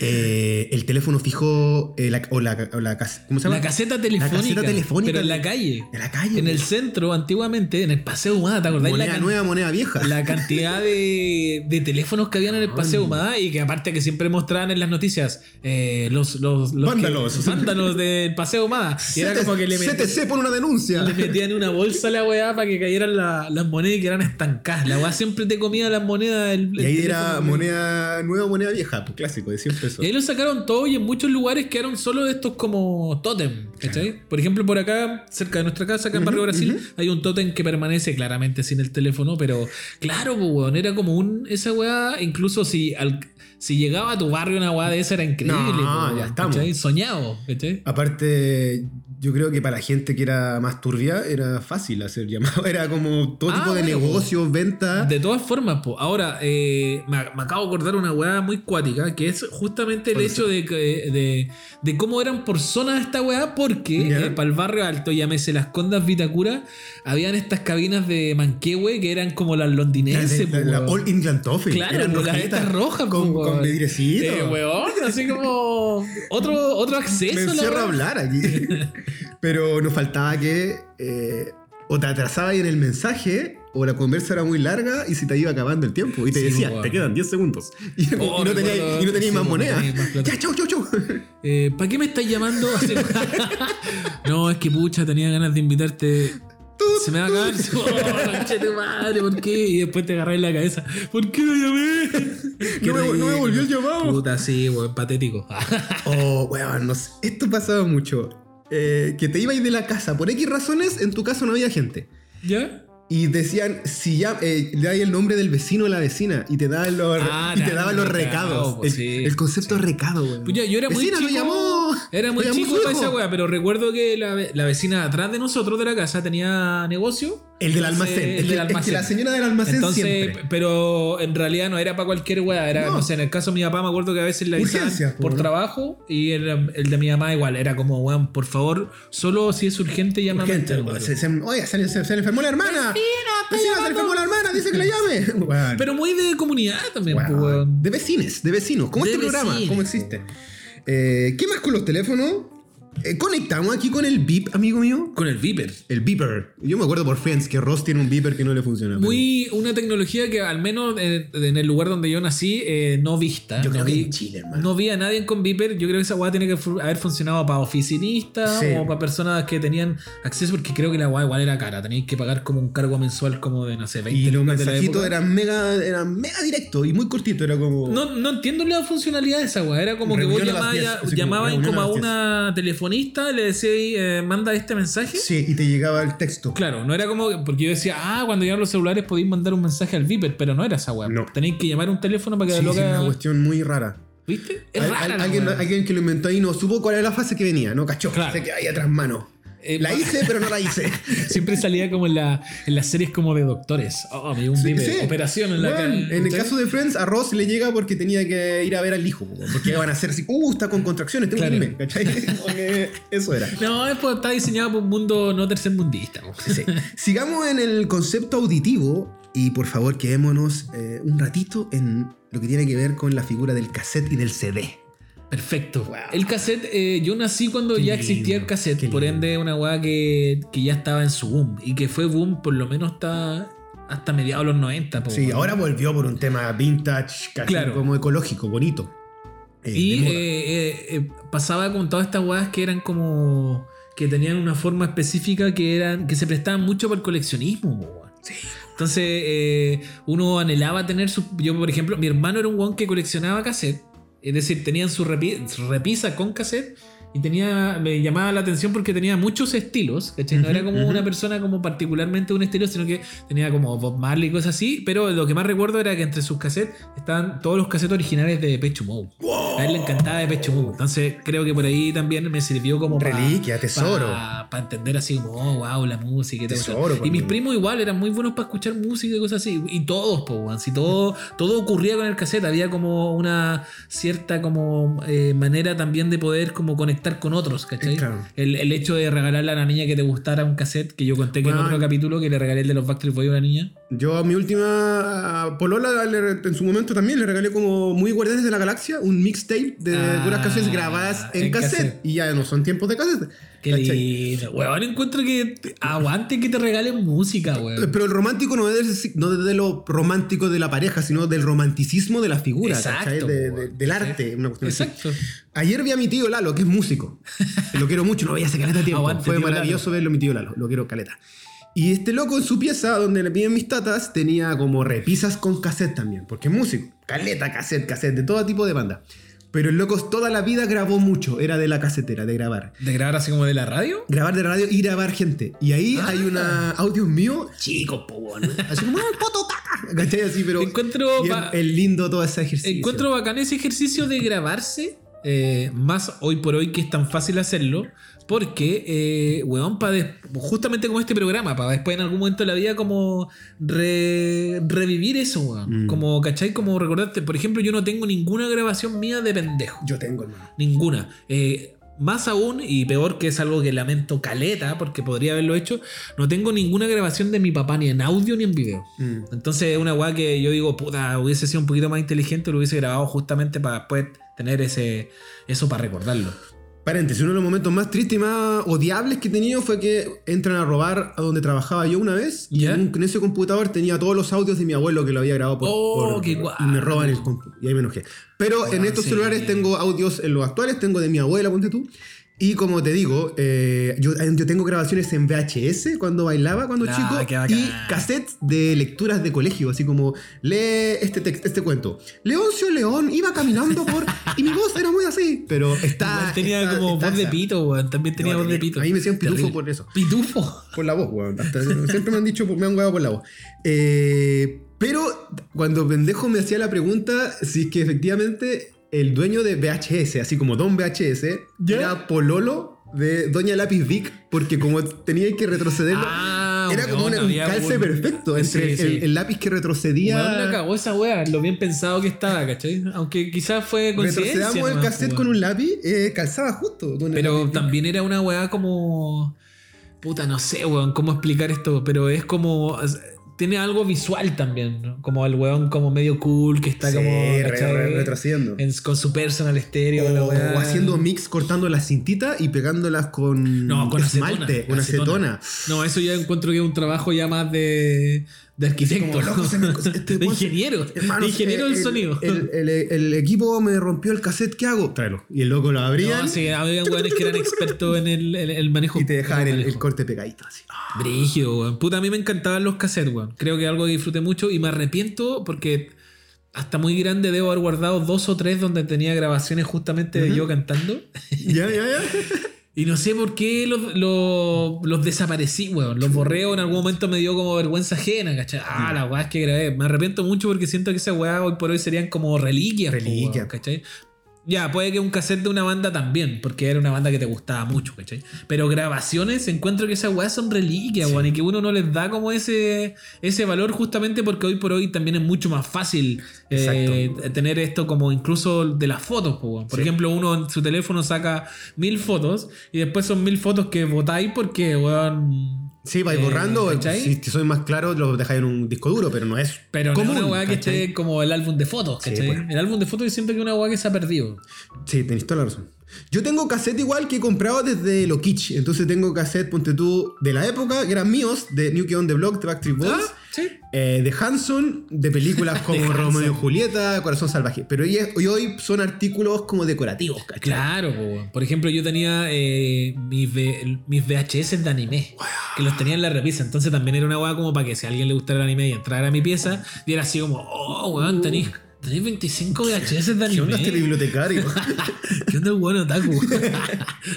D: eh, el teléfono fijo eh, la- o, la, o la cas- ¿cómo se llama?
C: La caseta telefónica.
D: La caseta telefónica.
C: Pero en la calle.
D: de la calle.
C: En el
D: po.
C: centro, antiguamente, en el Paseo Humada, ¿te acordás?
D: moneda
C: la, can-
D: nueva, moneda vieja.
C: la cantidad de, de teléfonos que habían en el Paseo Humada y que aparte que siempre mostraban en las noticias eh, los, los, los
D: Vándalos.
C: que- vándalos del Paseo Humada. Y era
D: CT-
C: como que le, met-
D: CTC por una denuncia.
C: le metían una bolsa a la weá para que cayeran la- las monedas y quedaran estancadas. La weá siempre te comía las monedas. del
D: Y ahí era moneda nueva, moneda vieja, pues clásico, de 100 pesos.
C: Y ahí lo sacaron todo y en muchos lugares quedaron solo de estos como tótem, ¿cachai? Por ejemplo, por acá, cerca de nuestra casa, acá en Barrio Brasil, hay un tótem que permanece claramente sin el teléfono, pero claro, po, weón, era como un... Esa weá, incluso si, al- si llegaba a tu barrio una weá de esa era increíble,
D: No,
C: po, weón,
D: ya estamos.
C: ¿cachai? Soñado, ¿cachai?
D: Aparte, yo creo que para la gente que era más turbia era fácil hacer llamado. Era como todo
C: Ah,
D: tipo de
C: bueno,
D: negocios, ventas.
C: De todas formas, po. ahora eh, me, me acabo de acordar una weá muy cuática, que es justamente el
D: ¿Cuál es?
C: hecho de, que- de, de cómo eran por zonas esta weá, porque
D: Ya.
C: para el barrio alto, llámese Las Condas, Vitacura, habían estas cabinas de Manquehue que eran como las
D: La,
C: londinenses.
D: la-
C: po,
D: la
C: pues, weón.
D: All England Toffee.
C: Claro, pues,
D: eran
C: po, las
D: rojitas
C: estas rojas, po,
D: Con,
C: weón.
D: con vidriecito.
C: Eh, weón, así como otro, otro
D: Me
C: acceso. a la
D: encierro a
C: weá.
D: hablar aquí. Pero nos faltaba que eh, o te atrasabas en el mensaje o la conversa era muy larga y se te iba acabando el tiempo. Y te
C: Sí, pues,
D: decía,
C: weón.
D: te quedan 10 segundos. Y, y
C: Oh,
D: no tenías
C: recuerdo-
D: y no tenías
C: sí,
D: más
C: po, no
D: moneda.
C: tenías más plata.
D: Ya, chau, chau, chau.
C: ¿Para Eh, qué me estás llamando? Así- no, es que pucha, tenía ganas de invitarte. Se me va a acabar. Oh, conche tu madre, ¿por qué? Y después te agarré en la cabeza. ¿Por qué lo llamé? Qué
D: No me, no me
C: ridículo.
D: volvió el llamado.
C: Puta, sí, weón, patético.
D: Oh, weón, no sé. Esto pasaba mucho. Eh, que te ibais de la casa. Por X razones, en tu casa no había gente.
C: ¿Ya?
D: Y decían, si ya, eh, le dais el nombre del vecino o la vecina. Y te daban los,
C: Ah,
D: y te
C: daban
D: daban los
C: los recados,
D: recados.
C: pues,
D: el,
C: sí,
D: el concepto de recado, güey.
C: Pues ya, yo era muy
D: Vecina,
C: chico.
D: Lo llamó,
C: Era muy
D: lo llamó
C: chico
D: su
C: para
D: hijo.
C: esa weá, pero recuerdo que la, ve- la vecina atrás de nosotros de la casa tenía negocio.
D: El del
C: Entonces,
D: almacén. Es
C: El
D: que-
C: del
D: Pues es que
C: almacén.
D: la señora del almacén
C: Entonces,
D: siempre.
C: p- pero en realidad no era para cualquier weá. Era,
D: No.
C: no. sé, en el caso de mi papá me acuerdo que a veces la avisaban
D: Urgencias, po,
C: por
D: ¿no?
C: trabajo y el, el de mi mamá igual. Era como, weón, por favor, solo si es urgente llámame.
D: Urgente,
C: al
D: güey.
C: número.
D: se, se- oye, se, le- se- se le enfermó la hermana. Vecina, se le enfermó la hermana, dice que la llame. Güey.
C: Pero muy de comunidad también,
D: Wow.
C: pues, weón.
D: De vecines, de vecinos. ¿Cómo
C: De
D: este programa?
C: vecinos.
D: ¿Cómo existe? Eh, ¿Qué más con los teléfonos? Eh, conectamos aquí con el beep, amigo mío.
C: Con el Viper.
D: El beeper. Yo me acuerdo por Friends que Ross tiene un beeper que no le funciona.
C: Muy una tecnología que al menos en, en el lugar donde yo nací eh, no vista.
D: Yo
C: no
D: creo que
C: vi-
D: en Chile, hermano.
C: No vi a nadie con Viper. Yo creo que esa weá tiene que fu- haber funcionado para oficinistas
D: Sí.
C: o para personas que tenían acceso, porque creo que la weá igual era cara. Tenéis que pagar como un cargo mensual como de, no sé, 20
D: y los
C: lucas de la
D: mensajitos
C: época.
D: eran mega, eran mega directos y muy cortitos. Era como.
C: No, no entiendo la funcionalidad de esa weá. Era como que
D: Reunión
C: vos
D: a las
C: llamabas,
D: 10, así como
C: llamabas
D: reunión
C: como
D: a
C: a
D: las
C: una telefonista, le decías, eh, manda este mensaje.
D: Sí, y te llegaba el texto.
C: Claro, no era como. Porque yo decía, ah, cuando llegaron los celulares podéis mandar un mensaje al Viper, pero no era esa weá.
D: No.
C: Tenéis que llamar a un teléfono para que
D: Sí,
C: la
D: sí,
C: loca-
D: una cuestión muy rara.
C: ¿Viste? Es
D: Al-
C: rara
D: al-
C: la
D: alguien,
C: weá.
D: alguien que lo inventó ahí no supo cuál era la fase que venía, no cachó.
C: Claro.
D: Se quedó ahí atrás mano.
C: Eh,
D: La hice, pero no la hice.
C: Siempre salía como en, la- en las series como de doctores. Oh, me dio un
D: Sí,
C: pibe.
D: sí.
C: Operación en la
D: Bueno,
C: cara.
D: En el caso de Friends, a Ross le llega porque tenía que ir a ver al hijo. po, Porque van a hacer así, uh, está con contracciones, tengo que
C: Claro.
D: irme. ¿Cachai? Como que Eso era.
C: No, es porque está diseñado por un mundo no tercermundista. po.
D: Sí. Sigamos en el concepto auditivo y por favor quedémonos eh, un ratito en lo que tiene que ver con la figura del cassette y del CD.
C: Perfecto. El cassette, eh, yo nací cuando
D: Qué
C: ya existía
D: lindo,
C: el cassette.
D: qué
C: Por
D: lindo.
C: ende, una weá que, que ya estaba en su boom. Y que fue boom por lo menos hasta, hasta mediados de los 90. po,
D: Sí,
C: weón.
D: ahora volvió por un tema vintage, casi
C: Oh. Claro.
D: como ecológico, bonito. Eh, de
C: Y
D: moda.
C: eh, eh, eh, pasaba con todas estas weas que eran como. que tenían una forma específica que eran. que se prestaban mucho para el coleccionismo, po, weón. Entonces, eh, uno anhelaba tener su. Yo, por ejemplo, mi hermano era un weón que coleccionaba cassette. Es decir, tenían su, repi- su repisa con cassette. Y tenía, me llamaba la atención porque tenía muchos estilos, ¿cachai? No
D: Ujú,
C: era como
D: ujú.
C: una persona como particularmente un estilo, sino que tenía como Bob Marley y cosas así. Pero lo que más recuerdo era que entre sus cassettes estaban todos los cassettes originales de Pecho Mode. A él le encantaba de Pecho Mode. Entonces creo que por ahí también me sirvió como para...
D: Reliquia, tesoro.
C: Para entender así como, oh, wow, la música. y todo eso.
D: Tesoro,
C: y mis
D: cuando-
C: primos igual eran muy buenos para escuchar música y cosas así. Y todos, po, weón. Si todo, todo ocurría con el cassette. Había como una cierta como eh, manera también de poder como conectar con otros, ¿cachai?
D: Eh, claro.
C: El, el hecho de regalarle a la niña que te gustara un cassette, que yo conté que en
D: Bueno.
C: otro capítulo que le regalé el de los Backstreet Boys a una niña.
D: Yo a mi última a Polola le- en su momento también le regalé como muy Guardianes de la Galaxia un mixtape de
C: Ah,
D: puras canciones grabadas en,
C: en
D: cassette.
C: cassette.
D: Y ya no son tiempos de cassette.
C: Qué
D: ¿cachai?
C: lindo. Weón, encuentro que te- aguante que te regalen música, weón.
D: Pero el romántico no es, no es de lo romántico de la pareja, sino del romanticismo de la figura,
C: Exacto,
D: ¿cachai? De- de-
C: weón.
D: del arte, una cuestión así.
C: Exacto.
D: Ayer vi a mi tío Lalo, que es músico. Lo quiero mucho, no voy a hacer caleta de tiempo.
C: Aguante,
D: Fue
C: tío
D: maravilloso verlo, mi tío Lalo. Lo quiero caleta. Y este loco en su pieza, donde le piden mis tatas, tenía como repisas con cassette también, porque es músico. Caleta, cassette, cassette, de todo tipo de banda. Pero el loco toda la vida grabó mucho, era de la casetera, de grabar.
C: ¿De grabar así como de la radio?
D: Grabar de radio y grabar gente. Y ahí
C: Ah.
D: hay una audio mío, chico, po, weón. Así como, "Ah, poto, caca. ¿Cachai? Así, pero.
C: Encuentro
D: bien-
C: ba-
D: es lindo todo ese ejercicio.
C: Encuentro bacán ese ejercicio de grabarse. eh, más hoy por hoy que es tan fácil hacerlo. Porque, eh, weón, pa des- justamente como este programa, para después en algún momento de la vida como re- revivir eso, weón.
D: Mm.
C: Como, ¿cachai? Como recordarte, por ejemplo, yo no tengo ninguna grabación mía de pendejo.
D: Yo tengo, hermano.
C: Ninguna. Eh, más aún, y peor que es algo que lamento caleta, porque podría haberlo hecho, no tengo ninguna grabación de mi papá ni en audio ni en video.
D: Mm.
C: Entonces es una weá que yo digo, puta, hubiese sido un poquito más inteligente, lo hubiese grabado justamente para después tener ese eso para recordarlo.
D: Paréntesis, uno de los momentos más tristes y más odiables que he tenido fue que entran a robar a donde trabajaba yo una vez. Y
C: ¿Ya?
D: en, un- en ese computador tenía todos los audios de mi abuelo que lo había grabado por.
C: Oh,
D: por-
C: qué
D: y me roban el
C: guapo.
D: compu. Y ahí me enojé. Pero en
C: Weón,
D: estos
C: sí.
D: celulares tengo audios, en los actuales tengo de mi abuela, ponte tú. Y como te digo, eh, yo, yo tengo grabaciones en VHS cuando bailaba, cuando
C: Ah, qué
D: chico,
C: bacán.
D: y cassettes de lecturas de colegio, así como lee este, tex- este cuento. Leoncio León iba caminando por... y mi voz era muy así, pero está...
C: Igual tenía
D: Ah, está-
C: como
D: está
C: voz de
D: esa-
C: pito, weón. También tenía
D: No,
C: voz de
D: tenía-
C: pito.
D: a mí me decían pitufo
C: Terrible.
D: por eso.
C: Pitufo.
D: Por la voz, weón. Hasta- siempre me han dicho, me han huevo por la voz. Eh, pero cuando pendejo me hacía la pregunta si es que efectivamente el dueño de VHS, así como Don VHS,
C: ¿Ya?
D: era Pololo de Doña Lápiz Vic, porque como tenía que retrocederlo,
C: Ah,
D: era como
C: weón,
D: un
C: había
D: calce
C: un-
D: perfecto entre
C: Sí,
D: el,
C: sí.
D: el lápiz que retrocedía.
C: Weón, la cagó esa wea, lo bien pensado que estaba, ¿cachai? Aunque quizás fue coincidencia.
D: Retrocedamos el
C: nomás,
D: cassette
C: weón. pues,
D: con un lápiz, eh, calzaba justo. con el
C: Pero
D: lápiz.
C: también era una weá como. Puta, no sé, weón, cómo explicar esto, pero es como. Tiene algo visual también, ¿no? como el weón como medio cool que está
D: Sí,
C: como
D: re-
C: ¿cachai?
D: re- retrocediendo.
C: En- con su personal estéreo, la
D: O,
C: weá.
D: o haciendo mix cortando las cintitas y pegándolas con,
C: No, con
D: esmalte,
C: acetona,
D: con acetona.
C: No, eso ya encuentro que es un trabajo ya más de, de arquitecto,
D: Como, loco, se me-
C: de
D: este weón se-
C: ingeniero,
D: Hermano,
C: de ingeniero
D: el-
C: del sonido.
D: El, el- el equipo me rompió el cassette, ¿qué hago? Tráelo. Y el loco lo abría
C: no, sí, había weones que eran expertos en el, el- el manejo.
D: y te dejaban el, el
C: manejo.
D: corte pegadito. Así.
C: Ah, Brígido, weón. Puta, a mí me encantaban los cassettes, weón. Creo que algo que disfruté mucho y me arrepiento porque hasta muy grande debo haber guardado dos o tres donde tenía grabaciones justamente de
D: Ujú.
C: yo cantando.
D: ya, ya, ya.
C: Y no sé por qué los, los, los desaparecí, weón. Los borré o en algún momento me dio como vergüenza ajena, ¿cachai? Ah, las weas que grabé. Me arrepiento mucho porque siento que esas weas hoy por hoy serían como reliquias, po,
D: Reliquias.
C: weón, ¿cachai? Ya, puede que un cassette de una banda también, porque era una banda que te gustaba mucho, ¿cachai? Pero grabaciones, encuentro que esas weas son reliquias, weón, y que uno no les da como ese, ese valor justamente porque hoy por hoy también es mucho más fácil eh, tener esto como incluso de las fotos, po, weón. Por
D: Sí.
C: ejemplo, uno en su teléfono saca mil fotos y después son mil fotos que votáis porque, weón.
D: Sí, vais
C: eh,
D: borrando.
C: ¿cachai?
D: Si, si soy más claro, lo dejáis en un disco duro, pero no es.
C: Pero no
D: común,
C: una weá que
D: ¿cachai?
C: esté como el álbum de fotos,
D: Sí,
C: ¿cachai?
D: pues.
C: El álbum de fotos yo siento que es una weá que se ha perdido.
D: Sí, tenés toda la razón. Yo tengo cassette igual que he comprado desde lo kitsch. Entonces tengo cassette, ponte tú, de la época, que eran míos, de New Kid on the Block, de Backstreet Boys.
C: ¿Ah? ¿Sí?
D: eh, de Hanson, de películas como Romeo y Julieta, Corazón Salvaje. Pero hoy, es- hoy- hoy son artículos como decorativos, ¿cachai?
C: Claro, po, weón. por ejemplo, yo tenía eh, mis, V- mis VHS de anime, que los tenía en la repisa, entonces también era una weá como para que si a alguien le gustara el anime y entrara a mi pieza, y era así como, oh, weón, tenéis tenéis 25 VHS de anime.
D: Uh. ¿Qué onda este bibliotecario?
C: ¿Qué onda el weón otaku?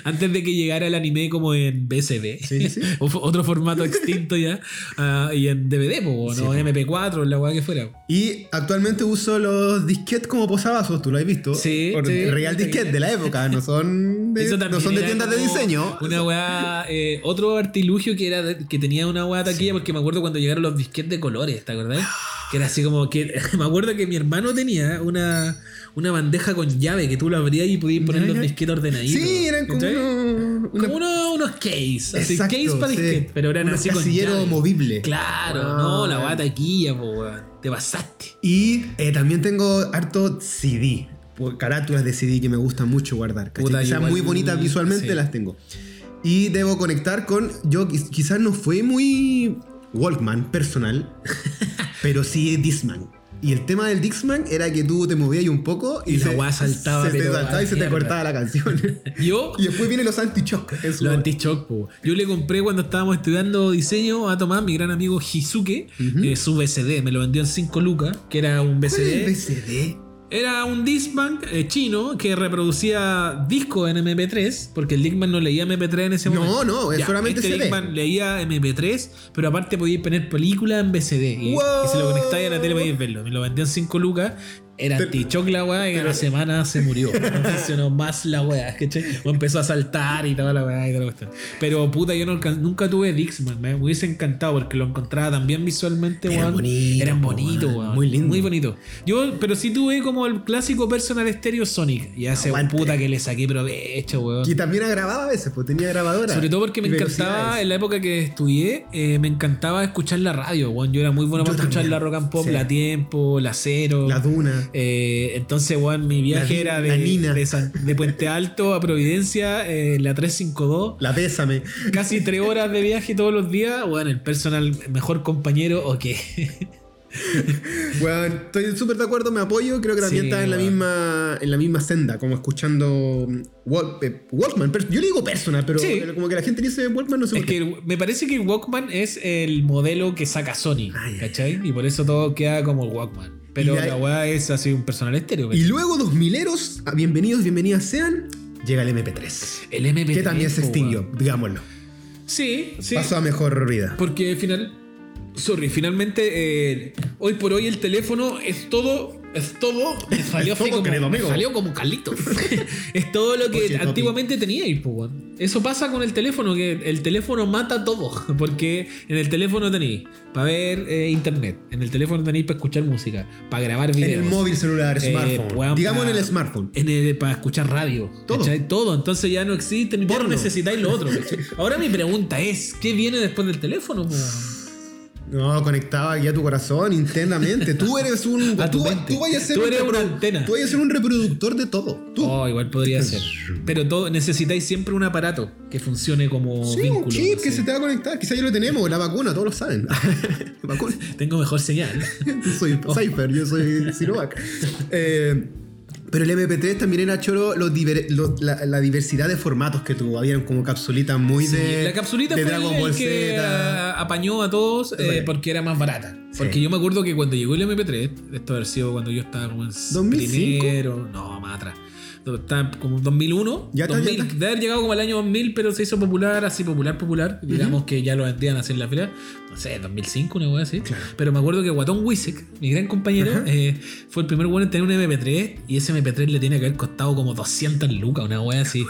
C: Antes de que llegara el anime como en BCD.
D: Sí, sí.
C: O- Otro formato extinto ya. ah, y en DVD, po, ¿no?
D: Sí, po.
C: MP4, la weá que fuera.
D: y actualmente uso los disquetes como posavasos, tú lo has visto.
C: Sí,
D: Por-
C: sí.
D: Real disquete de la época, no son de,
C: Eso también
D: no son de
C: era
D: tiendas de
C: como
D: diseño.
C: Una weá, eh, otro artilugio que era de- que tenía una weá taquilla, porque me acuerdo cuando llegaron los disquetes de colores, ¿te acordás? Que era así como que. Me acuerdo que mi hermano tenía una, una bandeja con llave que tú la abrías y podías poner
D: Ya,
C: los
D: ya.
C: disquetes ordenaditos.
D: Sí, eran como
C: ¿cachai?
D: unos- una-
C: Como uno- unos case, así,
D: Exacto,
C: case para
D: sí.
C: disquete, pero eran
D: Unos
C: así con
D: casillero
C: llave.
D: movible.
C: Claro,
D: Ah.
C: no, la weá taquilla, po, weón. Te pasaste.
D: Y eh, también tengo harto CD. por Carátulas de CD que me gustan mucho guardar. ¿cachai?
C: Puta,
D: Que sean
C: igual,
D: muy bonitas visualmente,
C: sí.
D: las tengo. Y debo conectar con. Yo quiz- quizás no fue muy Walkman personal, pero sí Discman. Y el tema del Discman era que tú te movías ahí un poco y,
C: Y la
D: se-
C: weá saltaba,
D: se te
C: pero
D: saltaba
C: a
D: y se te
C: mierda.
D: cortaba la canción.
C: Yo
D: y después vienen los anti-shock. en su-
C: Los anti-shock, po. Yo le compré cuando estábamos estudiando diseño a Tomás, mi gran amigo Hisuke, eh, su BCD. Me lo vendió en 5 lucas, que era un
D: ¿Cuál es el
C: BCD.
D: BCD?
C: Era un Discman eh, chino que reproducía discos en MP3, porque el Discman no leía MP3 en ese
D: No,
C: momento.
D: no, es solamente
C: este
D: CD.
C: Discman leía MP3, pero aparte podías poner películas en BCD. Y,
D: Wow.
C: y si lo conectáis a la tele podías verlo. Me lo vendió en 5 lucas. Era
D: Te-
C: anti-shock la weá y a la
D: pero-
C: semana se murió. No funcionó más la weá, ¿cachai? O empezó a saltar y toda la weá y toda la cuestión. Pero puta, yo no alcan- nunca tuve Dixman, me hubiese encantado porque lo encontraba también visualmente,
D: Eran
C: weón.
D: bonitos,
C: Eran bonitos,
D: weón.
C: weón.
D: Muy lindo.
C: Muy bonito. Yo, pero sí tuve como el clásico personal estéreo Sonic. Y hace
D: Aguante.
C: puta que le saqué provecho, weón.
D: Que también grababa a veces, pues tenía grabadora.
C: Sobre todo porque me
D: Y
C: encantaba,
D: velocidades.
C: en la época que estudié, eh, me encantaba escuchar la radio, weón. Yo era muy bueno
D: Yo
C: para escuchar
D: también.
C: la rock and pop,
D: Sí.
C: la tiempo, la cero.
D: La duna.
C: Eh, entonces, weón, mi viaje
D: La-
C: era
D: la
C: de,
D: Nina.
C: de San- de Puente Alto a Providencia, eh, la 352.
D: La bésame.
C: Casi tres horas de viaje todos los días. Bueno, el personal mejor compañero, ok.
D: Bueno, estoy súper de acuerdo, me apoyo. Creo que también
C: Sí,
D: está en la,
C: weón.
D: misma, en la misma senda, como escuchando mm, Wal- eh, Walkman. Pero Yo le digo personal, pero eh,
C: Sí.
D: como que la gente dice Walkman, no sé
C: Es
D: por qué.
C: que el- me parece que el Walkman es el modelo que saca Sony,
D: Ay, ay,
C: ¿cachai? Y por eso todo queda como el Walkman. Pero
D: Ah, Y de ahí-
C: la weá es así un personal estéreo.
D: Y
C: ¿cachai?
D: luego, dos mileros, ah, bienvenidos, bienvenidas sean, llega el MP3.
C: el MP3.
D: Que también se
C: po,
D: extinguió,
C: weón.
D: digámoslo.
C: Sí, sí. Pues
D: Pasó a mejor vida.
C: Porque final. Sorry, finalmente eh, hoy por hoy el teléfono es todo. Es todo. Me salió,
D: Es todo,
C: así como,
D: querido amigo.
C: me salió como Carlitos. es todo lo que
D: Oye, papi.
C: antiguamente teníais, po, weón. Eso pasa con el teléfono, que el teléfono mata todo. Porque en el teléfono tenéis para ver eh, internet. En el teléfono tenéis para escuchar música, para grabar videos.
D: En el móvil celular,
C: eh,
D: smartphone.
C: weón,
D: Digamos
C: pa-
D: en el smartphone.
C: en el- para escuchar radio.
D: Todo.
C: ¿cachai? Todo. Entonces ya no existe, ya no
D: Porno.
C: necesitáis lo otro. ¿cachai? Ahora mi pregunta es: ¿qué viene después del teléfono? po, weón?
D: No, conectaba aquí a tu corazón internamente. Tú eres un.
C: A tu
D: tú,
C: mente.
D: tú vayas a ser
C: Tú
D: un
C: eres una
D: reprodu-
C: antena.
D: Tú vayas a ser un reproductor de todo. Tú.
C: Oh, igual podría ser. Pero todo, necesitáis siempre un aparato que funcione como
D: Sí,
C: vínculo.
D: un chip
C: no
D: que
C: sé.
D: se te va a conectar. Quizá ya lo tenemos, la vacuna, todos lo saben. vacuna.
C: Tengo mejor señal.
D: Yo soy
C: Oh.
D: Cypher, yo soy Sinovac. Eh, pero el MP3 también era choro los diver- los- la, la diversidad de formatos que tuvo. Habían como capsulitas muy
C: Sí,
D: de.
C: la capsulita
D: de
C: fue
D: Dragon
C: el
D: Ball
C: que
D: Z.
C: a- apañó a todos eh,
D: Vale.
C: porque era más barata. Porque
D: Sí.
C: yo me acuerdo que cuando llegó el MP3, esto haber sido cuando yo estaba como en
D: ¿2005?
C: primero, no, más atrás. No, Estaba como en 2001,
D: Ya está,
C: 2000,
D: ya está.
C: de haber llegado como al año 2000, pero se hizo popular, así popular, popular. Digamos que ya lo vendían así en la fila. No sé, 2005, una cosa así. Pero me acuerdo que Guatón Wisek, mi gran compañero, eh, fue el primer bueno en tener un MP3 y ese MP3 le tiene que haber costado como 200 lucas, una wea así.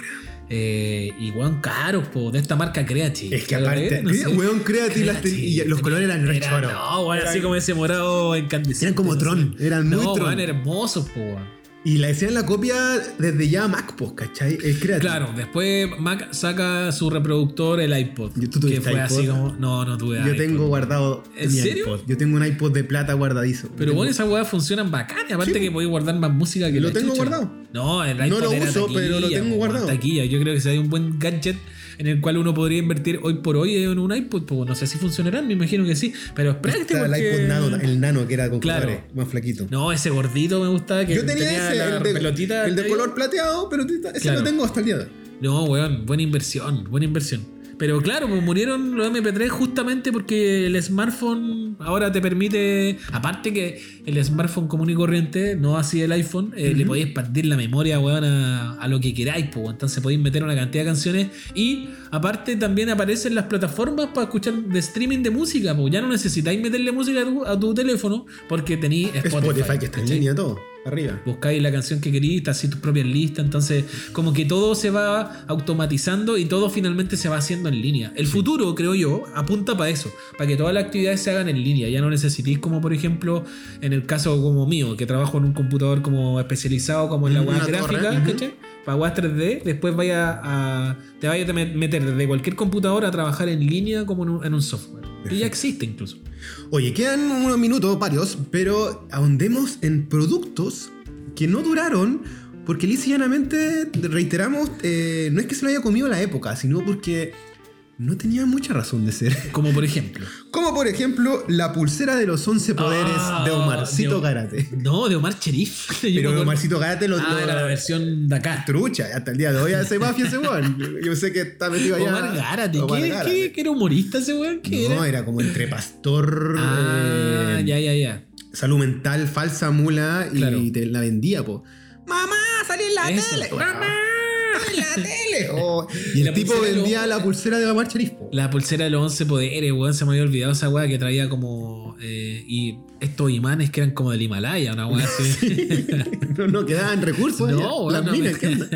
C: Eh, y weón, caros, po, de esta marca Creative.
D: Es que
C: ¿La
D: aparte.
C: cagué? No sé.
D: Weón, Creative las te-
C: Creative.
D: y los colores eran re
C: Era-
D: choros.
C: No, weón,
D: Eran-
C: así como ese morado incandescente.
D: Eran como
C: no sé.
D: Tron, eran muy
C: No,
D: Tron.
C: weón, hermosos, po, weón.
D: Y la hacían la copia desde ya a Mac, pues, ¿cachai? Es Creative.
C: Claro, después Mac saca su reproductor, el iPod.
D: ¿Y tú
C: que
D: tuviste
C: fue
D: iPod?
C: así como. No, no tuve
D: Yo
C: iPod.
D: tengo guardado.
C: ¿En
D: mi
C: serio?
D: iPod. Yo tengo un iPod de plata guardadizo.
C: Pero
D: Tengo-
C: bueno, esas weas funcionan bacanas. Aparte
D: Sí,
C: que podéis guardar más música que
D: Lo
C: la
D: tengo
C: chucha.
D: guardado.
C: No, el
D: No
C: iPod
D: lo
C: era
D: uso, pero lo
C: taquilla,
D: tengo
C: po,
D: guardado.
C: Taquilla. Yo creo que si hay un buen gadget en el cual uno podría invertir hoy por hoy en un iPod, pues no sé si funcionarán, me imagino que sí. Pero es práctico.
D: Está el
C: Este porque-
D: iPod Nano, el Nano que era con
C: Claro.
D: colores, más flaquito.
C: No, ese gordito me gustaba que
D: Yo tenía, ese,
C: la
D: el de,
C: pelotita.
D: el de
C: ¿sí?
D: color plateado, pero ese
C: Claro.
D: lo tengo hasta el día de hoy.
C: No, weón, buena inversión, buena inversión. Pero claro, pues murieron los MP3 justamente porque el smartphone ahora te permite, aparte que el smartphone común y corriente, no así el iPhone, eh, le podéis expandir la memoria, weón, a, a lo que queráis, pues. Entonces podéis meter una cantidad de canciones y aparte también aparecen las plataformas para escuchar de streaming de música, pues. Ya no necesitáis meterle música a tu, a tu teléfono porque tenéis Spotify.
D: Spotify, que está en
C: ¿cachai?
D: línea todo, arriba.
C: buscáis la canción que queréis, te hacéis tus propias listas, entonces como que todo se va automatizando y todo finalmente se va haciendo en línea. El futuro, creo yo, apunta para eso, para que todas las actividades se hagan en línea, ya no necesitéis como por ejemplo en el caso como mío, que trabajo en un computador como especializado como en la
D: Una
C: web
D: torre,
C: gráfica,
D: ujú.
C: ¿cachai? Para web 3D, después vaya a, te vaya a met- meter de cualquier computador a trabajar en línea como en un, en un software. Que ya existe incluso.
D: Oye, quedan unos minutos, varios, pero ahondemos en productos que no duraron porque lisa y llanamente, reiteramos, eh, no es que se lo haya comido la época, sino porque no tenía mucha razón de ser.
C: Como por ejemplo.
D: Como por ejemplo, la pulsera de los 11 poderes
C: Ah,
D: de Omarcito
C: de-
D: Karate.
C: No, de Omar Cherif. Yo me
D: Pero
C: acuerdo-
D: Omarcito Karate lo,
C: Ah,
D: lo-
C: era la versión de acá.
D: trucha, hasta el día de hoy hace mafia ese weón. Yo sé que está metido allá.
C: Omar Gárate.
D: Omar
C: ¿Qué,
D: Gárate.
C: qué- qué era humorista ese weón? ¿Qué
D: No,
C: era?
D: era como entre pastor,
C: Ah,
D: eh,
C: ya, ya, ya.
D: salud mental, falsa mula y
C: Claro.
D: te la vendía, po. Mamá, salí en la
C: Eso.
D: tele.
C: Mamá.
D: Mamá, salí en la tele. Oh, Y
C: Y
D: el
C: la
D: tipo
C: pulsera de los-
D: vendía la pulsera de la marcha Lispo.
C: La pulsera de los 11 poderes, weón. Se me había olvidado esa weá que traía como. eh, y estos imanes que eran como del Himalaya, una weá así.
D: No, no quedaban recursos.
C: No,
D: ya.
C: weón,
D: Las
C: no
D: minas,
C: me-
D: ¿qué onda?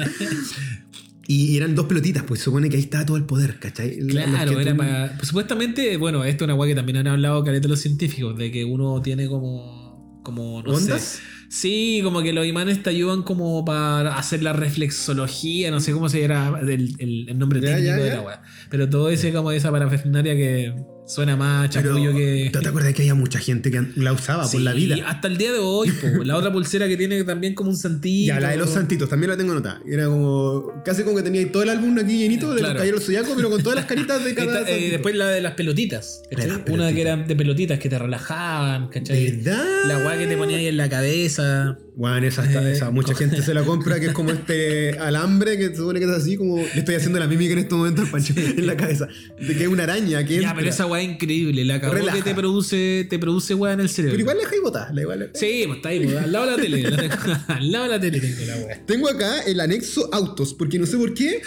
D: Y eran dos pelotitas, pues supone que ahí estaba todo el poder, ¿cachai? La- los
C: Claro,
D: que
C: era
D: tú-
C: para. pues, supuestamente, bueno, esto es una weá que también han hablado careta los científicos, de que uno tiene como. como no
D: ¿Ondas?
C: sé. Sí, como que los imanes te ayudan como para hacer la reflexología, no sé cómo se era el, el- el nombre
D: Ya,
C: técnico
D: ya,
C: de
D: ya.
C: la weá. Pero todo ese como esa parafernalia que Suena más
D: Pero,
C: chapullo que.
D: ¿Tú te acuerdas que había mucha gente que la usaba por la
C: Sí,
D: vida?
C: Hasta el día de hoy, po. la otra pulsera que tiene también como un santito.
D: Ya, la de los santitos, también la tengo anotada. Era como. Casi como que tenía todo el álbum aquí llenito de
C: Claro.
D: los caballeros zodiacos, pero con todas las caritas de
C: Esta-
D: cada.
C: eh,
D: santito.
C: después la de las pelotitas. ¿cachai?
D: las
C: Una que
D: pelotitas.
C: era de pelotitas que te relajaban, ¿cachai?
D: ¿Verdad?
C: eh, La guay que te ponía ahí en la cabeza.
D: Bueno, esa, está-
C: Eh,
D: esa mucha gente se la compra, que es como este alambre que se supone que es así, como le estoy haciendo la mímica en este momento al Pancho en la cabeza, de que es una araña que
C: Ya,
D: entra.
C: pero esa guay increíble. La cagó
D: Relaja.
C: que te produce, te produce guay en el cerebro.
D: Pero igual la dejáis botada, la igual.
C: Sí, pues está ahí, pues, al lado de la tele. la tengo- al lado de la tele tengo la guay.
D: Tengo acá el anexo autos, porque no sé por qué.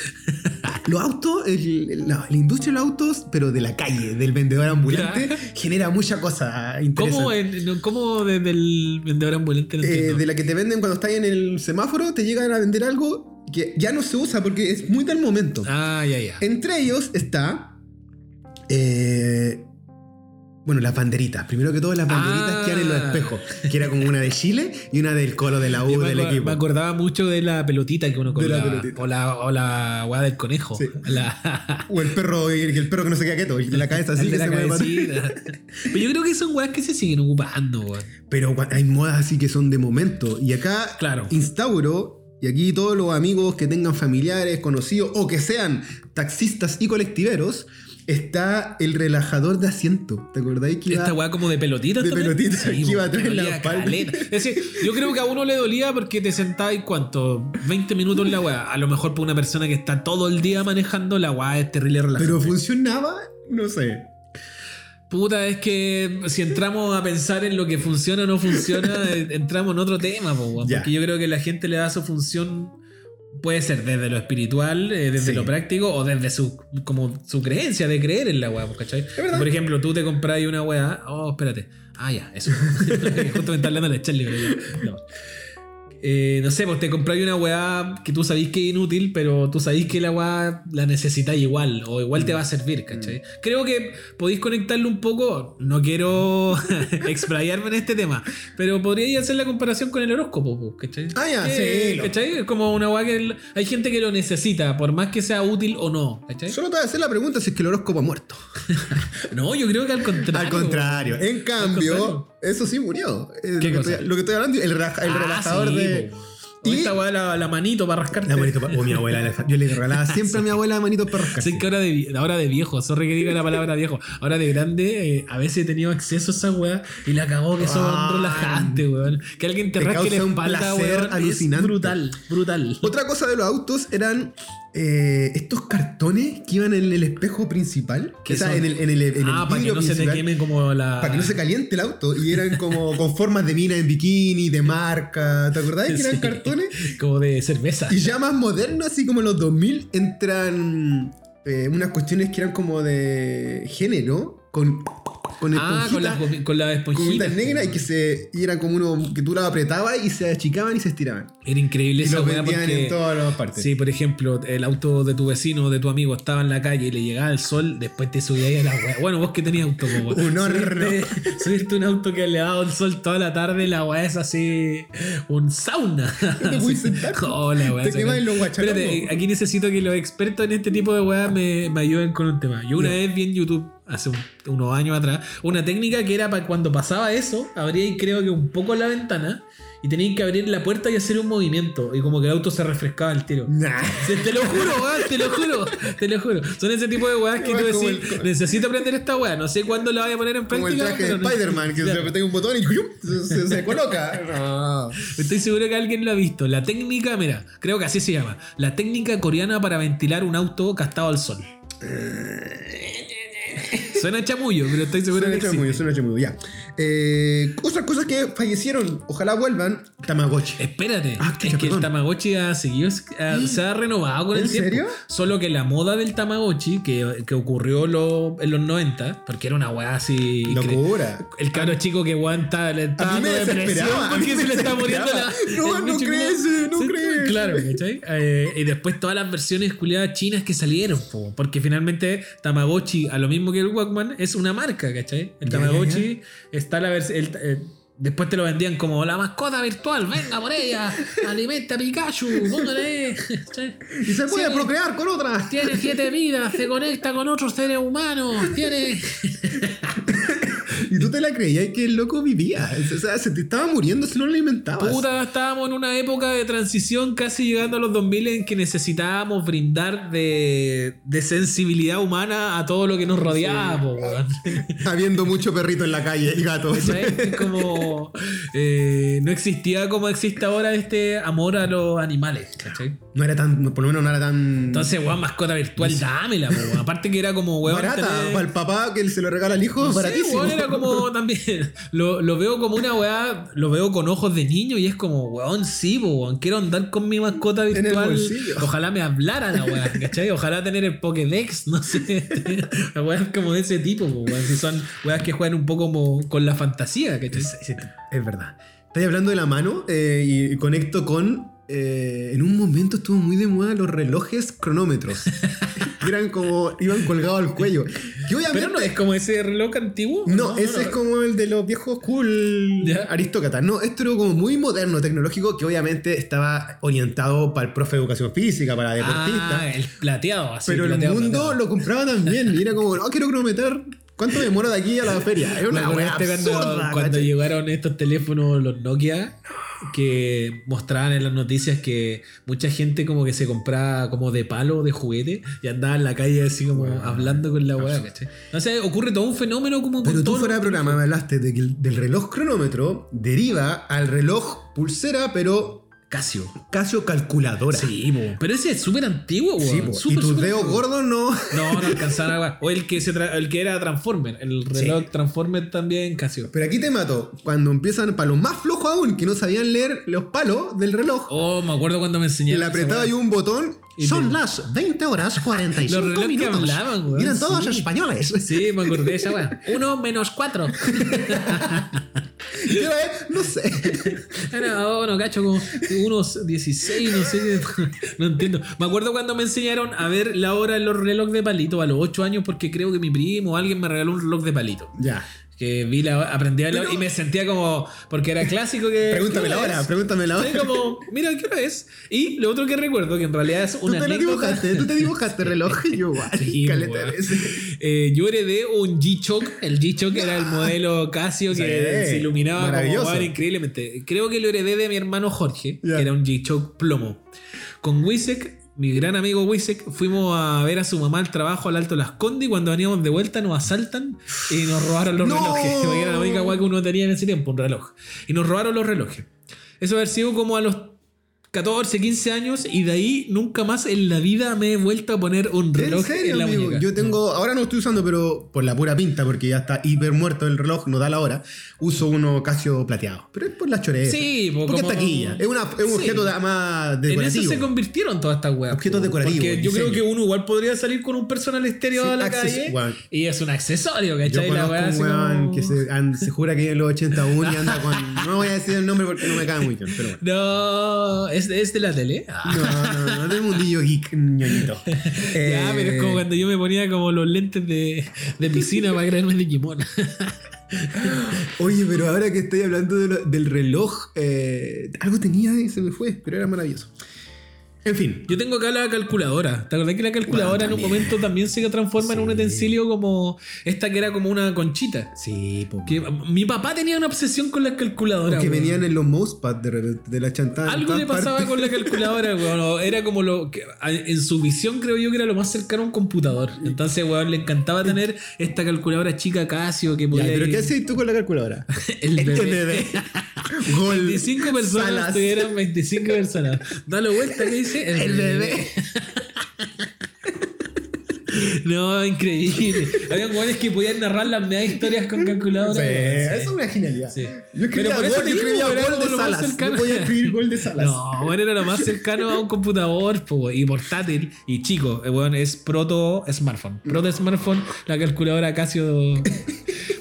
D: Los autos, el- el- la, la industria de los autos, pero de la calle, del vendedor ambulante,
C: Ya.
D: genera mucha cosa interesante.
C: ¿Cómo, en- no, cómo desde el vendedor ambulante no
D: Eh,
C: entiendo?
D: de la que te venden cuando estás en el semáforo, te llegan a vender algo que ya no se usa porque es muy del momento.
C: Ah, ya, ya.
D: Entre ellos está. eh, bueno, las banderitas. Primero que todo, las banderitas
C: Ah.
D: que eran en los espejos. Que era como una de Chile y una del colo de la U
C: Yo me,
D: del
C: acor- me
D: equipo.
C: acordaba mucho de la pelotita que uno
D: De la
C: colgaba.
D: pelotita.
C: o la O la guada del conejo.
D: Sí.
C: La,
D: O el perro, el, el perro que no se queda quieto, el de la cabeza así
C: de
D: que
C: la
D: se mueve para-
C: cabecita. Pero yo creo que son weas que se siguen ocupando, weón.
D: Pero gua- hay modas así que son de momento. Y acá
C: Claro.
D: instauro, y aquí todos los amigos que tengan familiares, conocidos o que sean taxistas y colectiveros, está el relajador de asiento. ¿Te acordáis que iba-
C: Esta weá como de pelotitas.
D: de
C: también.
D: pelotitas, que
C: po,
D: iba a
C: te
D: traer la
C: dolía
D: palma.
C: caleta. Es decir, yo creo que a uno le dolía porque te sentabas y cuánto, 20 minutos en la weá. A lo mejor para una persona que está todo el día manejando, la weá es terrible relajante.
D: Pero funcionaba, no sé.
C: Puta, es que si entramos a pensar en lo que funciona o no funciona, eh, entramos en otro tema, po, weón,
D: Ya.
C: porque yo creo que la gente le da su función, puede ser desde lo espiritual, eh, desde
D: Sí.
C: lo práctico o desde su como su creencia de creer en la weá, po, ¿cachai?
D: verdad.
C: Por ejemplo, tú te compras una weá, oh, espérate, ah, ya, eso. Justo me está hablando la Charlie, pero ya, no. Eh, no sé, pues te compráis una weá que tú sabéis que es inútil, pero tú sabéis que la weá la necesitáis igual, o igual te va a
D: Mm.
C: servir, ¿cachai? Creo que podéis conectarlo un poco, no quiero explayarme en este tema, pero podríais hacer la comparación con el horóscopo, po, ¿cachai?
D: Ah, ya,
C: Que-
D: sí, lo-
C: ¿cachai? Es como una weá que el- hay gente que lo necesita, por más que sea útil o no, ¿cachai?
D: Solo te voy a hacer la pregunta si es que el horóscopo ha muerto.
C: No, yo creo que al contrario.
D: Al contrario. En cambio,
C: contrario.
D: eso sí murió. Eh, lo,
C: ¿Qué
D: que
C: cosa?
D: estoy, lo que estoy hablando, el, relaja- el
C: Ah,
D: relajador
C: sí,
D: de.
C: po.
D: Y-
C: Esta weá la, la manito para rascarte.
D: La manito pa- o mi abuela, la- yo le regalaba siempre a mi abuela manitos para rascarse.
C: Sé que ahora de, vi- ahora de viejo, sorry que diga la palabra viejo, ahora de grande, eh, a veces he tenido acceso a esa weá y la cagó que eso
D: Ah.
C: es relajante, weón. Que alguien te,
D: Te
C: rasque
D: causa
C: la
D: un
C: espalda,
D: placer
C: weón. es
D: alucinante.
C: brutal, brutal.
D: Otra cosa de los autos eran eh, estos cartones que iban en el espejo principal.
C: ¿Qué
D: o sea,
C: son?
D: en el, en el- en el
C: ah, para que
D: vidrio
C: no se te
D: principal,
C: queme como la.
D: Para que no se caliente el auto. Y eran como con formas de mina en bikini, de marca. ¿Te acordás que eran
C: Sí.
D: cartones?
C: Como de cerveza.
D: Y ya más moderno, así como los 2000, entran eh, unas cuestiones que eran como de género, con, con
C: ah, con la,
D: esponjitas
C: con la esponjita.
D: esponjitas negras y que se y eran como uno que tú las apretabas y se achicaban y se estiraban.
C: Era increíble
D: Y
C: esa
D: los
C: weá
D: vendían
C: porque.
D: en todas las partes.
C: Sí, por ejemplo, el auto de tu vecino o de tu amigo estaba en la calle y le llegaba el sol, después te subías ahí a la weá. Bueno, vos que tenías auto, po, weón.
D: Un horno.
C: Subirte, subirte un auto que le ha dado el sol toda la tarde, la weá es así. Un sauna.
D: No te puedes sentar.
C: Hola, weá.
D: Te
C: saca-
D: quemas en los guachalongos.
C: Espérate, eh, aquí necesito que los expertos en este tipo de weá me, me ayuden con un tema. Yo una vez vi en YouTube, hace un- unos años atrás, una técnica que era para cuando pasaba eso, abría creo que un poco la ventana. Y tenían que abrir la puerta y hacer un movimiento. Y como que el auto se refrescaba al tiro.
D: Nah.
C: Sí, Te lo juro, weón, te lo juro, te lo juro. Son ese tipo de weas que tú
D: Weón,
C: decís,
D: como el-
C: necesito aprender esta wea, no sé cuándo la voy a poner en
D: Como
C: práctica.
D: el traje de
C: pero no-
D: Spider-Man, que se
C: Claro.
D: aprieta un botón y ¡yum! se, se- se coloca.
C: Ah,
D: No.
C: Estoy seguro que alguien lo ha visto. La técnica, mira, creo que así se llama. La técnica coreana para ventilar un auto castado al sol. Suena chamullo, pero estoy seguro
D: Eh. Suena
C: que existe.
D: chamuyo, suena chamuyo, ya. Eh, otras cosas que fallecieron, ojalá vuelvan. Tamagotchi.
C: Espérate,
D: Ah,
C: es
D: chucha,
C: que el
D: perdón.
C: Tamagotchi ha seguido, ha- se ha renovado con
D: ¿En
C: el tiempo.
D: serio?
C: Solo que la moda del Tamagotchi, que, que ocurrió lo- en los 90, porque era una weá así. incre-
D: Locura.
C: El cabro chico que aguanta le está
D: A mí me
C: dando depresión
D: desesperaba, a mí
C: porque
D: me
C: se le está muriendo
D: desesperaba.
C: la.
D: No,
C: el
D: no
C: bicho
D: crece,
C: culiao.
D: no
C: Sí,
D: crece.
C: Claro, ¿cachai? Eh, y después todas las versiones culiadas chinas que salieron, po, porque finalmente Tamagotchi, a lo mismo que el Walkman, es una marca, ¿cachai? El
D: Ya, ya,
C: Tamagotchi está la versión. eh, Después te lo vendían como la mascota virtual, venga por ella, alimenta a Pikachu, póngale.
D: Y se puede
C: Sí.
D: procrear con otra.
C: Tiene siete vidas, se conecta con otros seres humanos, tiene.
D: Y tú te la creías que el loco vivía. O sea, se te estaba muriendo si no lo alimentabas.
C: Puta, estábamos en una época de transición casi llegando a los 2000 en que necesitábamos brindar de, de sensibilidad humana a todo lo que nos rodeaba, po, weón.
D: Habiendo mucho perrito en la calle y gatos.
C: ¿Cachai? Como, eh, no existía como existe ahora este amor a los animales, ¿cachai?
D: No era tan, no, por lo menos no era tan
C: Entonces, weón, mascota virtual, dámela, po, weón. Aparte que era como, weón,
D: barata.
C: tener-
D: Para el papá que se lo regala al hijo,
C: No sé,
D: baratísimo.
C: weón, era como también. Lo, lo veo como una weá. Lo veo con ojos de niño y es como, weón, sí, po, weón. Quiero andar con mi mascota
D: el
C: virtual.
D: bolsillo.
C: Ojalá me hablara la weá, ¿cachai? Ojalá tener el Pokédex, no sé. La weá como de ese tipo, po, weón. Si son weas que juegan un poco como con la fantasía, ¿cachai?
D: Es, es- es verdad. Estoy hablando de la mano eh, y conecto con. eh, en un momento estuvo muy de moda los relojes cronómetros. Que eran como. iban colgados al cuello. Que obviamente.
C: Pero no es como ese reloj antiguo.
D: No, ese es como el de los viejos cool
C: Ya.
D: aristócratas. No, esto era como muy moderno, tecnológico, que obviamente estaba orientado para el profe de educación física, para deportistas.
C: Ah, el plateado, así.
D: pero el
C: plateado,
D: mundo
C: plateado.
D: lo compraba también. Y era como, no quiero cronometrar cuánto me demora de aquí a la feria. Era
C: Me
D: una wea
C: acordaste
D: absurda,
C: este cuando, cuando
D: ¿cachai?
C: llegaron estos teléfonos, los Nokia, que mostraban en las noticias que mucha gente como que se compraba como de palo, de juguete, y andaba en la calle así como hablando con la weá, ¿cachai? No sé, ocurre todo un fenómeno como con
D: Pero tú
C: todo-
D: fuera de programa me hablaste de que el- del reloj cronómetro deriva al reloj pulsera, pero
C: Casio.
D: Casio calculadora.
C: Sí, po. Pero ese es súper antiguo, weón.
D: Sí, po. y
C: Súper,
D: tus
C: súper
D: dedos
C: antiguo.
D: gordos no.
C: No, no alcanzaron a O el que, se tra- el que era Transformer. El reloj Transformer también Casio.
D: Pero aquí te mato. Cuando empiezan para los más flojos aún, que no sabían leer los palos del reloj,
C: Oh, me acuerdo cuando me
D: y
C: enseñaron.
D: le
C: esa
D: apretaba
C: weá.
D: ahí un botón.
C: Y
D: Son
C: te-
D: las 20 horas 45
C: Los relojes que
D: minutos.
C: hablaban, weón,
D: Y eran todos
C: sí.
D: españoles.
C: Sí, me acordé de esa weá. Uno menos cuatro.
D: Y yo, eh, no sé.
C: Era, oh, no cacho, como unos 16, no sé qué. No entiendo. Me acuerdo cuando me enseñaron a ver la hora en los relojes de palito a los 8 años, porque creo que mi primo o alguien me regaló un reloj de palito.
D: Ya.
C: Que vi la aprendí a verlo
D: Pero-
C: y me sentía como. Porque era clásico que.
D: Pregúntame
C: ¿qué
D: la
C: hora
D: hora,
C: es?
D: pregúntame la
C: Sí,
D: hora.
C: como, mira, ¿qué hora es? Y lo otro que recuerdo, que en realidad es
D: Tú
C: una.
D: te lo
C: anécdota-
D: dibujaste, tú te dibujaste el reloj. y Yo, igual,
C: Sí,
D: caleta
C: weón.
D: de veces.
C: Eh, yo heredé un G-Shock. El G-Shock era el modelo Casio que
D: Sí,
C: se iluminaba como
D: maravilloso.
C: weón, increíblemente. Creo que lo heredé de mi hermano Jorge,
D: Ya.
C: que era un G-Shock plomo. Con Wisek, mi gran amigo Wisek, fuimos a ver a su mamá al trabajo al Alto Las Condes y cuando veníamos de vuelta nos asaltan y nos robaron los
D: ¡No!
C: relojes. Porque era la única weá que uno tenía en ese tiempo, un reloj. Y nos robaron los relojes. Eso haber sido como a los 14, 15 años y de ahí nunca más en la vida me he vuelto a poner un reloj
D: ¿En serio,
C: la
D: amigo?
C: muñeca.
D: Yo tengo, ahora no estoy usando, pero por la pura pinta, porque ya está hiper muerto el reloj, no da la hora. Uso uno Casio plateado. Pero es por la choreza.
C: Sí, po,
D: porque
C: como-
D: es taquilla. Es, una, es un
C: Sí.
D: objeto da- más
C: En eso
D: decorativo.
C: se convirtieron todas estas weas.
D: Objetos
C: po,
D: decorativos,
C: Porque yo
D: diseño.
C: creo que uno igual podría salir con un personal estéreo
D: Sí,
C: a la
D: acces-
C: calle.
D: weón.
C: Y es un accesorio,
D: Yo
C: ¿cachai? La
D: conozco
C: wea
D: un
C: así
D: weón
C: como-
D: que se, an- se jura que vive en los 81 y anda con. No voy a decir el nombre porque no me cae muy bien, pero bueno.
C: No, es, es de la tele. Ah.
D: No, no, no, del mundillo geek, ñoñito.
C: Ya,
D: Eh,
C: pero es como cuando yo me ponía como los lentes de, de piscina para creerme Digimon.
D: Oye, pero ahora que estoy hablando de lo- del reloj, eh, algo tenía y se me fue, pero era maravilloso. En fin,
C: Yo tengo acá la calculadora. ¿Te acordás que la calculadora
D: Bueno,
C: en un
D: también.
C: momento también se transforma en un
D: Sí.
C: utensilio como esta que era como una conchita?
D: Sí, po,
C: Que mi papá tenía una obsesión con las calculadoras.
D: que
C: weón.
D: venían en los mousepads de, repente, de la chantada. en
C: Algo
D: todas
C: le pasaba
D: partes.
C: con la calculadora, weón. O Era como lo que a- en su visión creo yo que era lo más cercano a un computador. Entonces, weón, le encantaba tener esta calculadora chica Casio que podía
D: Ya, pero
C: ir-
D: ¿qué haces tú con la calculadora?
C: el
D: Este
C: bebé.
D: bebé. Gol.
C: 25 personas
D: Salas.
C: tuvieron 25 personas. Dale vuelta que dice
D: El bebé.
C: No, increíble. Había weones que podían narrar las medias historias con calculadora.
D: Sí,
C: weón. Sí.
D: es una genialidad.
C: Sí.
D: Yo
C: Pero
D: escribía
C: por eso
D: gol,
C: te
D: yo
C: digo,
D: escribía
C: era
D: gol
C: como
D: de
C: lo más
D: salas.
C: cercano.
D: Yo podía escribir gol de salas.
C: No, bueno, era lo más cercano a un computador po, y portátil y chico. eh, Bueno, es proto smartphone. Proto smartphone, la calculadora Casio.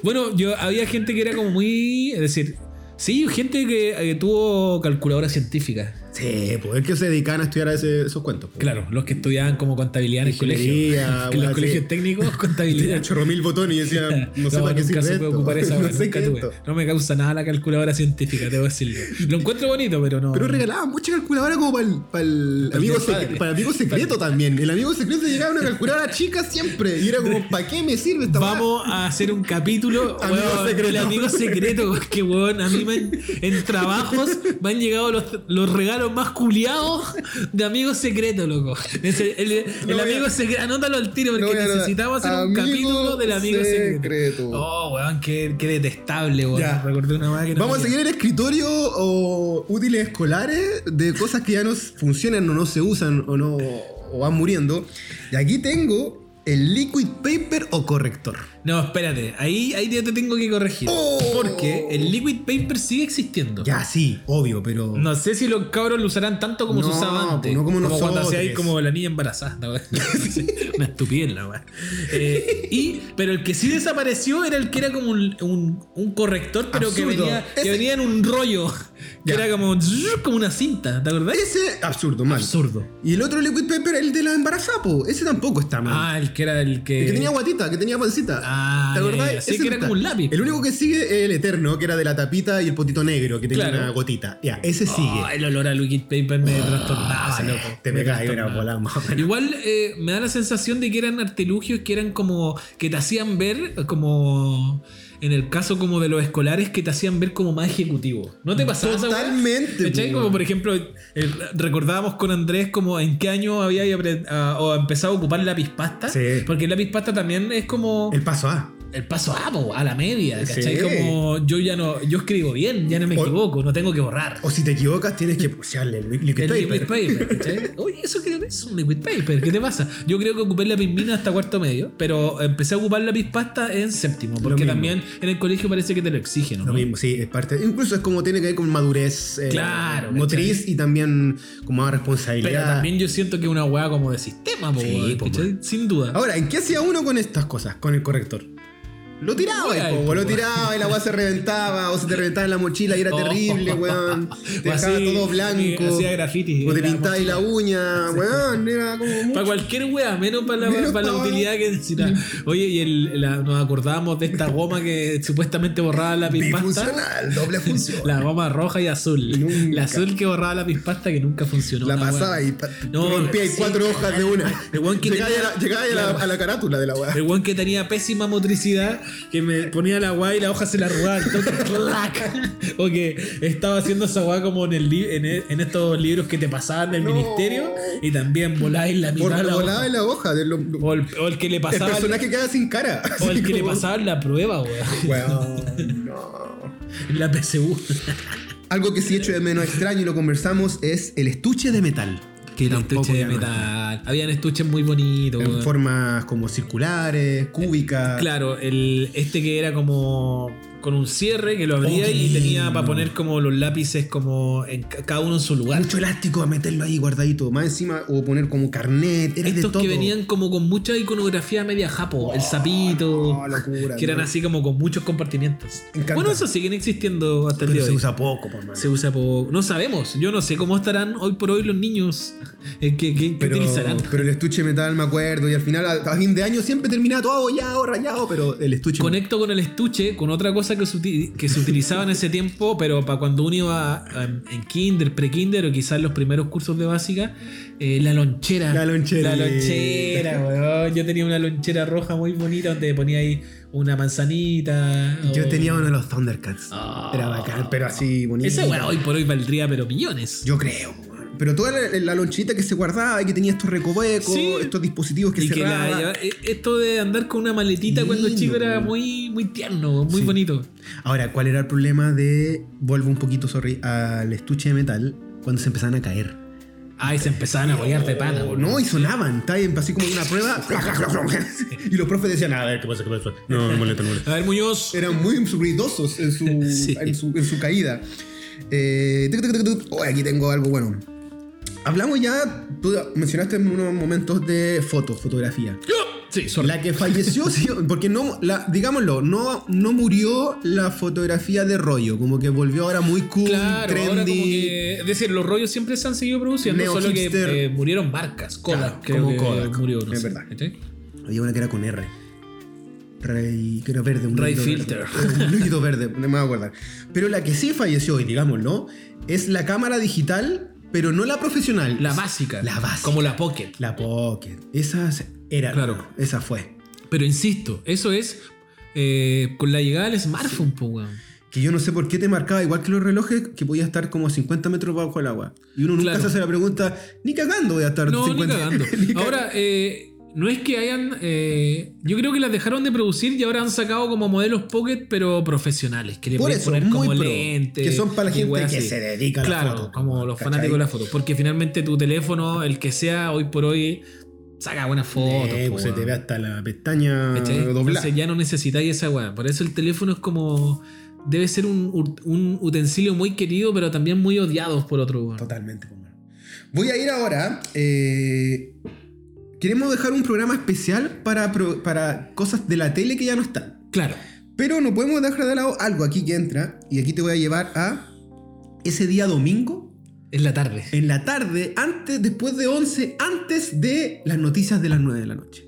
C: Bueno, yo había gente que era como muy. Es decir, sí, gente que eh, tuvo calculadora científica.
D: Sí, pues es que se dedicaban a estudiar a ese- esos cuentos. pues.
C: Claro, los que estudiaban como contabilidad en el colegio.
D: Ingeniería,
C: en
D: weá,
C: los
D: sí.
C: colegios técnicos,
D: Tenía
C: contabilidad.
D: chorro mil botones y decía, no sé para qué
C: nunca
D: sirve
C: supe
D: esto.
C: ocupar esa weá,
D: no sé
C: nunca
D: qué es
C: tuve.
D: esto.
C: No me causa nada la calculadora científica, debo decirlo. Lo encuentro bonito, pero no.
D: Pero regalaban mucha calculadora como para el, para
C: Para
D: el
C: el
D: amigo,
C: día del
D: sec-
C: padre.
D: para el amigo secreto también. El amigo secreto llegaba una calculadora chica siempre. Y era como, ¿para qué me sirve esta weá?
C: Vamos a hacer un capítulo
D: Amigo
C: weón,
D: secreto.
C: el amigo secreto que weón, a mí me han- en trabajos me han llegado los, los regalos más culiados de amigo secreto, loco. Ese- el el
D: No voy a-
C: amigo secreto, anótalo al tiro
D: no
C: porque
D: voy a anotar.
C: necesitamos hacer un
D: Amigo
C: capítulo del amigo secreto.
D: secreto.
C: Oh, weón, qué, qué detestable, weón.
D: Ya.
C: Recordé una weá que no
D: Vamos a
C: quería.
D: seguir el escritorio o útiles escolares de cosas que ya no funcionan o no se usan o no o van muriendo. Y aquí tengo el liquid paper o corrector.
C: No, espérate, ahí, ahí yo te tengo que corregir.
D: Oh.
C: Porque el liquid paper sigue existiendo.
D: Ya sí, obvio, pero
C: No sé si los cabros lo usarán tanto como se
D: No,
C: usaba antes.
D: pues no como
C: cuando
D: nosotros.
C: hacíais como la niña embarazada. weón. Una estupidez la weá. Eh, y, pero el que sí desapareció era el que era como un, un- un corrector, pero que
D: Absurdo.
C: venía, que
D: Ese-
C: venía en un rollo. Que
D: Ya.
C: era como, como una cinta, ¿te acordás?
D: ese absurdo, mal.
C: Absurdo.
D: Y el otro liquid paper, el de la embarazada, po. ese tampoco está mal.
C: Ah, el que era el que.
D: El que tenía guatita, que tenía pancita.
C: Ah,
D: ¿Te acordás?
C: ya, ya, sí,
D: Ese
C: que
D: no
C: era
D: está.
C: como un lápiz.
D: El único que sigue es el eterno, que era de la tapita y el potito negro, que tenía
C: Claro.
D: una gotita. Ya, ese sigue.
C: Oh, el olor a liquid paper me trastornaba,
D: sí,
C: loco.
D: Ah, te me cae una
C: trastornaba.
D: bola, más o menos.
C: Igual eh, me da la sensación de que eran artilugios que eran como. que te hacían ver como. En el caso como de los escolares que te hacían ver como más ejecutivo. ¿No te pasaba esa weá?
D: Totalmente,
C: ¿Cachai?
D: po.
C: Como por ejemplo, el- recordábamos con Andrés como en qué año había apre- ah, o empezado a ocupar el lápiz pasta.
D: Sí.
C: Porque el lápiz pasta también es como
D: El paso A.
C: el paso a, po, a la media. ¿Cachai?
D: Sí.
C: Como yo ya no, yo escribo bien, ya no me
D: O-
C: equivoco, no tengo que borrar.
D: O si te equivocas, tienes que pulsearle el liquid
C: El
D: paper.
C: liquid paper, ¿cachai? Oye, eso creo que es un liquid paper, ¿qué te pasa? Yo creo que ocupé la pismina hasta cuarto medio, pero empecé a ocupar la pasta en séptimo, porque
D: mismo.
C: también en el colegio parece que te lo exigen, ¿no?
D: Lo mismo, sí, es parte. Incluso es como tiene que ver con madurez eh,
C: Claro,
D: motriz
C: ¿cachai?
D: y también como más
C: Pero
D: responsabilidad.
C: también yo siento que es una hueá como de sistema, po,
D: Sí,
C: weón,
D: po,
C: ¿cachai? Sin duda.
D: Ahora, ¿en qué hacía uno con estas cosas? Con el corrector. Lo tiraba,
C: Ay,
D: po,
C: po,
D: lo
C: weón.
D: tiraba y la weá se reventaba, o se te reventaba en la mochila y era
C: Oh.
D: terrible, weón. Te
C: O
D: dejaba
C: así,
D: todo blanco.
C: hacía graffiti
D: o
C: en
D: te
C: la
D: pintabas la uña, weón. Era como. mucho.
C: Para cualquier wea, menos para la,
D: Menos
C: para la
D: pa-
C: utilidad que necesita. Oye, y el- la- nos acordábamos de esta goma que supuestamente borraba la pispasta.
D: Bifuncional, doble función.
C: La goma roja y azul.
D: Nunca.
C: La azul que borraba la pispasta que nunca funcionó.
D: La
C: una wea.
D: pasaba y pa-
C: No,
D: rompía ahí
C: sí,
D: cuatro hojas de una.
C: El weón que
D: Llegaba,
C: tenía-
D: a, la, llegaba a la-
C: Claro.
D: a la carátula de la weá.
C: El weón que tenía pésima motricidad, que me ponía la guay y la hoja se la arrugaba al toque, clac. O que estaba haciendo esa guay como en, el li- en, e- en estos libros que te pasaban del
D: No.
C: ministerio y también voláis la mitad de
D: Por
C: la
D: volaba
C: hoja.
D: en la hoja. de lo- lo-
C: O el, o el que le
D: el
C: pasaba.
D: personaje queda sin cara.
C: o
D: así
C: el que le
D: como-
C: pasaba la prueba, weón.
D: Weón, no.
C: En la PSU.
D: Algo que sí hecho de menos extraño y lo conversamos es el estuche de metal. Que
C: El
D: tampoco
C: estuche de
D: ya no
C: metal. Habían estuches muy bonitos,
D: está. En
C: weón.
D: formas como circulares, cúbicas.
C: Eh, Claro, el, este que era como con un cierre que lo abría
D: Oh, qué
C: y tenía
D: lindo.
C: para poner como los lápices como en ca- cada uno en su lugar.
D: Mucho elástico a meterlo ahí guardadito. Más encima, o poner como carnet. Era de
C: Estos
D: todo. Ah,
C: que venían como con mucha iconografía media japo, el sapito,
D: no, locura,
C: que eran
D: no.
C: así como con muchos compartimientos.
D: encanta.
C: Bueno, eso siguen existiendo hasta el
D: Pero
C: día
D: se
C: de hoy.
D: usa poco, por mano.
C: Se usa por... No sabemos, yo no sé cómo estarán hoy por hoy los niños eh, que, que- que
D: Pero,
C: utilizarán.
D: pero el estuche de metal, me acuerdo. Y al final, a, a fin de año, siempre terminaba todo "Oh, abollado, rayado. Pero el estuche.
C: Conecto con el estuche, con otra cosa que se, uti- que se utilizaba en ese tiempo, pero para cuando uno iba em, en kinder, pre-kinder o quizás los primeros cursos de básica, eh, la lonchera.
D: La lonchera.
C: La lonchera, weón. Yo tenía una lonchera roja muy bonita donde ponía ahí una manzanita.
D: Yo
C: o-
D: tenía uno de los Thundercats.
C: Ah.
D: Era bacán, pero así bonito.
C: Esa weá hoy por hoy valdría, pero millones.
D: Yo creo. weón. Pero toda la, la lonchita que se guardaba y que tenía estos recovecos,
C: Sí.
D: estos dispositivos que
C: Y
D: se
C: que la- eh, esto de andar con una maletita cuando
D: Lindo,
C: chico era
D: weón.
C: muy, muy tierno, muy
D: Sí.
C: bonito.
D: Ahora, ¿cuál era el problema de. Vuelvo un poquito, sorry, al estuche de metal cuando se empezaban a caer?
C: Ay, se empezaban a apoyar de pana,
D: Oh,
C: weón.
D: no, y sonaban, está bien, así como en una prueba. y los profes decían, a ver, ¿qué pasa? ¿Qué pasa? No, no molesta, no molesta.
C: A ver, Muñoz.
D: Eran muy ruidosos en su,
C: Sí.
D: en su, en su caída. Eh, tuc, tuc, tuc, tuc. Oh, aquí tengo algo bueno. Hablamos ya, tú mencionaste en unos momentos de fotos, fotografía.
C: ¡Ah! Sí, sorry.
D: La que falleció, sí, porque no, la- digámoslo, no, no murió la fotografía de rollo, como que volvió ahora muy cool,
C: Claro,
D: trendy.
C: ahora como que. Es decir, los rollos siempre se han seguido produciendo,
D: Neo
C: solo
D: hipster.
C: que eh, murieron marcas. Kodak,
D: Claro,
C: creo
D: como
C: que
D: Kodak,
C: Murió, no
D: es
C: sé,
D: verdad.
C: ¿cachai?
D: Había una que era con R. Ray, que era verde, un
C: Ray
D: líquido
C: Filter.
D: verde. Era un líquido verde, no me voy a acordar. Pero la que sí falleció, y digámoslo, es la cámara digital, pero no la profesional.
C: La básica.
D: La básica.
C: Como la Pocket.
D: La Pocket. Esa era.
C: Claro.
D: Esa fue.
C: Pero insisto, eso es eh, con la llegada del smartphone, po, weón.
D: Que yo no sé por qué te marcaba, igual que los relojes, que podía estar como 50 metros bajo el agua. Y uno nunca
C: Claro.
D: se hace la pregunta, ni cagando voy a estar
C: No, ni
D: 50
C: cagando.
D: ni cagando.
C: Ahora, eh, no es que hayan. eh, yo creo que las dejaron de producir y ahora han sacado como modelos Pocket, pero profesionales. Que le
D: Por
C: pueden
D: eso,
C: poner
D: muy
C: como
D: pro,
C: lentes.
D: que son para la
C: y
D: gente
C: weas
D: que
C: así.
D: se dedica a la
C: Claro,
D: foto,
C: como los
D: ¿cachai?
C: fanáticos de la foto. Porque finalmente tu teléfono, el que sea hoy por hoy, saca buenas fotos.
D: Eh,
C: po,
D: pues se te
C: weón.
D: ve hasta la pestaña
C: ¿Cachai?
D: doblada.
C: Entonces ya no necesitáis esa weá. Por eso el teléfono es como. Debe ser un, ut- un utensilio muy querido, pero también muy odiado por otro weón.
D: Totalmente, compadre. Voy a ir ahora. eh, queremos dejar un programa especial para, pro- para cosas de la tele que ya no están.
C: Claro.
D: Pero no podemos dejar de lado algo aquí que entra. Y aquí te voy a llevar a ese día domingo,
C: Es la tarde.
D: en la tarde, antes, después de 11, antes de las noticias de las 9 de la noche.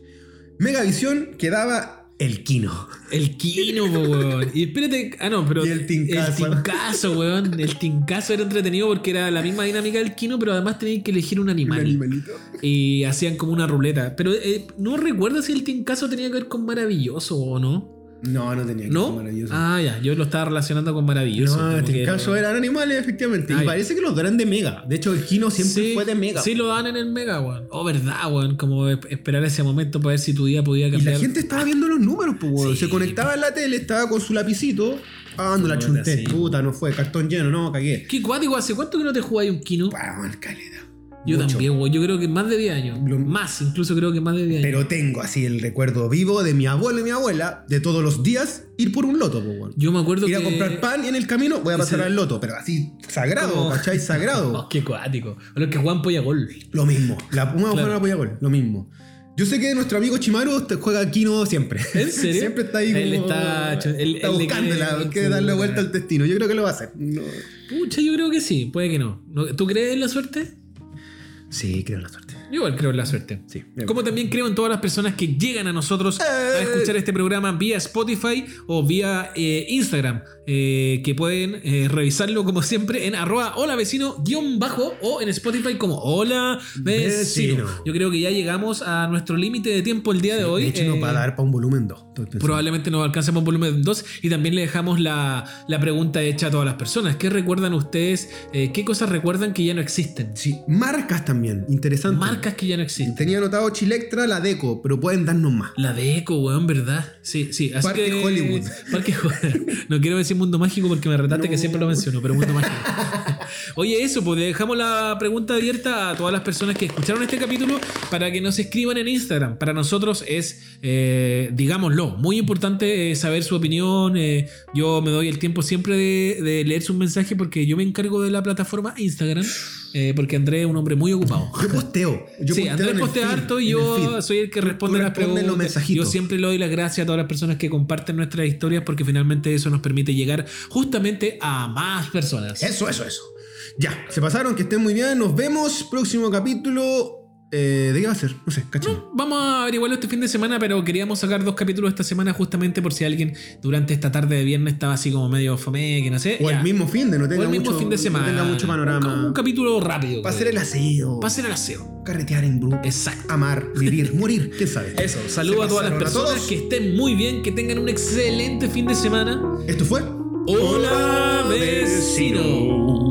D: Megavisión quedaba el Kino.
C: El Kino, po, weón. Y espérate. Ah, no, pero.
D: Y el Tincazo.
C: El Tincazo, weón. El Tincazo era entretenido porque era la misma dinámica del Kino, pero además tenías que elegir un
D: Un
C: animal.
D: animalito.
C: Y hacían como una ruleta. Pero eh, no recuerdo si el Tincazo tenía que ver con maravilloso o no.
D: No, no tenía que ser
C: ¿No?
D: maravilloso.
C: Ah, ya. Yo lo estaba relacionando con maravilloso.
D: No,
C: como
D: en
C: que
D: este
C: era-
D: caso eran animales, efectivamente.
C: Ah,
D: y
C: ya.
D: parece que los eran de Mega. De hecho, el Kino siempre
C: Sí,
D: fue de Mega.
C: Sí, lo dan en el Mega, weón. Oh, verdad, weón. Como esp- esperar ese momento para ver si tu día podía
D: y
C: cambiar.
D: la gente estaba viendo los números, pues, weón.
C: Sí.
D: Se conectaba en la tele, estaba con su lapicito. Ah, no la
C: Puta,
D: chunté.
C: sí.
D: Puta, no fue. Cartón lleno, no, cagué.
C: Qué cuático, ¿hace cuánto que no te jugáis un kino?
D: Wow, caleta.
C: Yo
D: Mucho.
C: también, weón. Yo creo que más de 10 años.
D: Lo-
C: Más, incluso creo que más de 10 años.
D: Pero tengo así el recuerdo vivo de mi abuelo y mi abuela de todos los días ir por un loto, pues, weón.
C: Yo me acuerdo
D: Ir a
C: que.
D: comprar pan y en el camino voy a pasar
C: Ese-
D: al loto, pero así sagrado,
C: Como-
D: ¿cachai? Sagrado.
C: Oh, qué cuático. O los que juegan polla gol.
D: Lo mismo. La, una
C: Claro.
D: buena gol, lo mismo. Yo sé que nuestro amigo Chimaru te juega Kino siempre.
C: ¿En serio?
D: siempre está ahí.
C: Él
D: como-
C: está- él-
D: está
C: él le
D: buscándola,
C: quiere-
D: quiere darle
C: puta.
D: vuelta al destino. Yo creo que lo va a hacer. No.
C: Pucha, yo creo que sí, puede que no. ¿No- ¿Tú crees en la suerte?
D: Sí, creo en la suerte.
C: Yo igual creo en la suerte.
D: Sí.
C: Como también creo en todas las personas que llegan a nosotros
D: Eh.
C: a escuchar este programa vía Spotify o vía eh, Instagram, eh, que pueden eh, revisarlo como siempre en arroba hola vecino guión bajo o en Spotify como hola vecino.
D: Vecino.
C: Yo creo que ya llegamos a nuestro límite de tiempo el día de hoy.
D: De hecho,
C: eh,
D: nos va a dar para un volumen 2.
C: Probablemente nos alcancemos volumen 2 y también le dejamos la, la pregunta hecha a todas las personas. ¿Qué recuerdan ustedes? Eh, ¿Qué cosas recuerdan que ya no existen?
D: Sí, marcas también. Interesante.
C: Marcas que ya no existen.
D: Tenía anotado Chilectra, la Deco, pero pueden darnos más.
C: La de Eco, weón, ¿verdad? Sí, sí. Así
D: Parque
C: que-
D: Hollywood.
C: Parque Hollywood. No quiero decir Mundo Mágico porque me retaste
D: No.
C: que siempre lo menciono, pero Mundo Mágico. Oye, eso, pues le dejamos la pregunta abierta a todas las personas que escucharon este capítulo para que nos escriban en Instagram. Para nosotros es, eh, digámoslo, muy importante eh, saber su opinión. eh, yo me doy el tiempo siempre de, de leer su mensaje porque yo me encargo de la plataforma Instagram eh, porque André es un hombre muy ocupado.
D: Yo posteo. Yo
C: sí,
D: posteo
C: Andrés
D: en el
C: postea
D: feed,
C: harto
D: en
C: y
D: el
C: yo
D: feed.
C: soy el que responde
D: Tú
C: las
D: respondes
C: preguntas.
D: los mensajitos.
C: Yo siempre le doy las gracias a todas las personas que comparten nuestras historias porque finalmente eso nos permite llegar justamente a más personas.
D: Eso, eso, eso. Ya, se pasaron, que estén muy bien. Nos vemos. Próximo capítulo. Eh, ¿De qué va a ser? No sé, cachai.
C: Vamos a averiguarlo este fin de semana, pero queríamos sacar dos capítulos esta semana justamente por si alguien durante esta tarde de viernes estaba así como medio fome, que no sé.
D: O
C: Ya.
D: el mismo fin de no
C: O
D: tenga
C: el mismo
D: mucho,
C: fin de
D: no
C: semana.
D: tenga mucho
C: Un,
D: panorama.
C: un capítulo rápido.
D: Pasar el aseo.
C: Pase el aseo.
D: Carretear en grupo.
C: Exacto.
D: Amar, vivir, morir. ¿Quién sabe?
C: Eso, saludo a todas las
D: pasaron a
C: personas
D: todos.
C: que estén muy bien, que tengan un excelente fin de semana.
D: Esto fue.
C: Hola, vecino.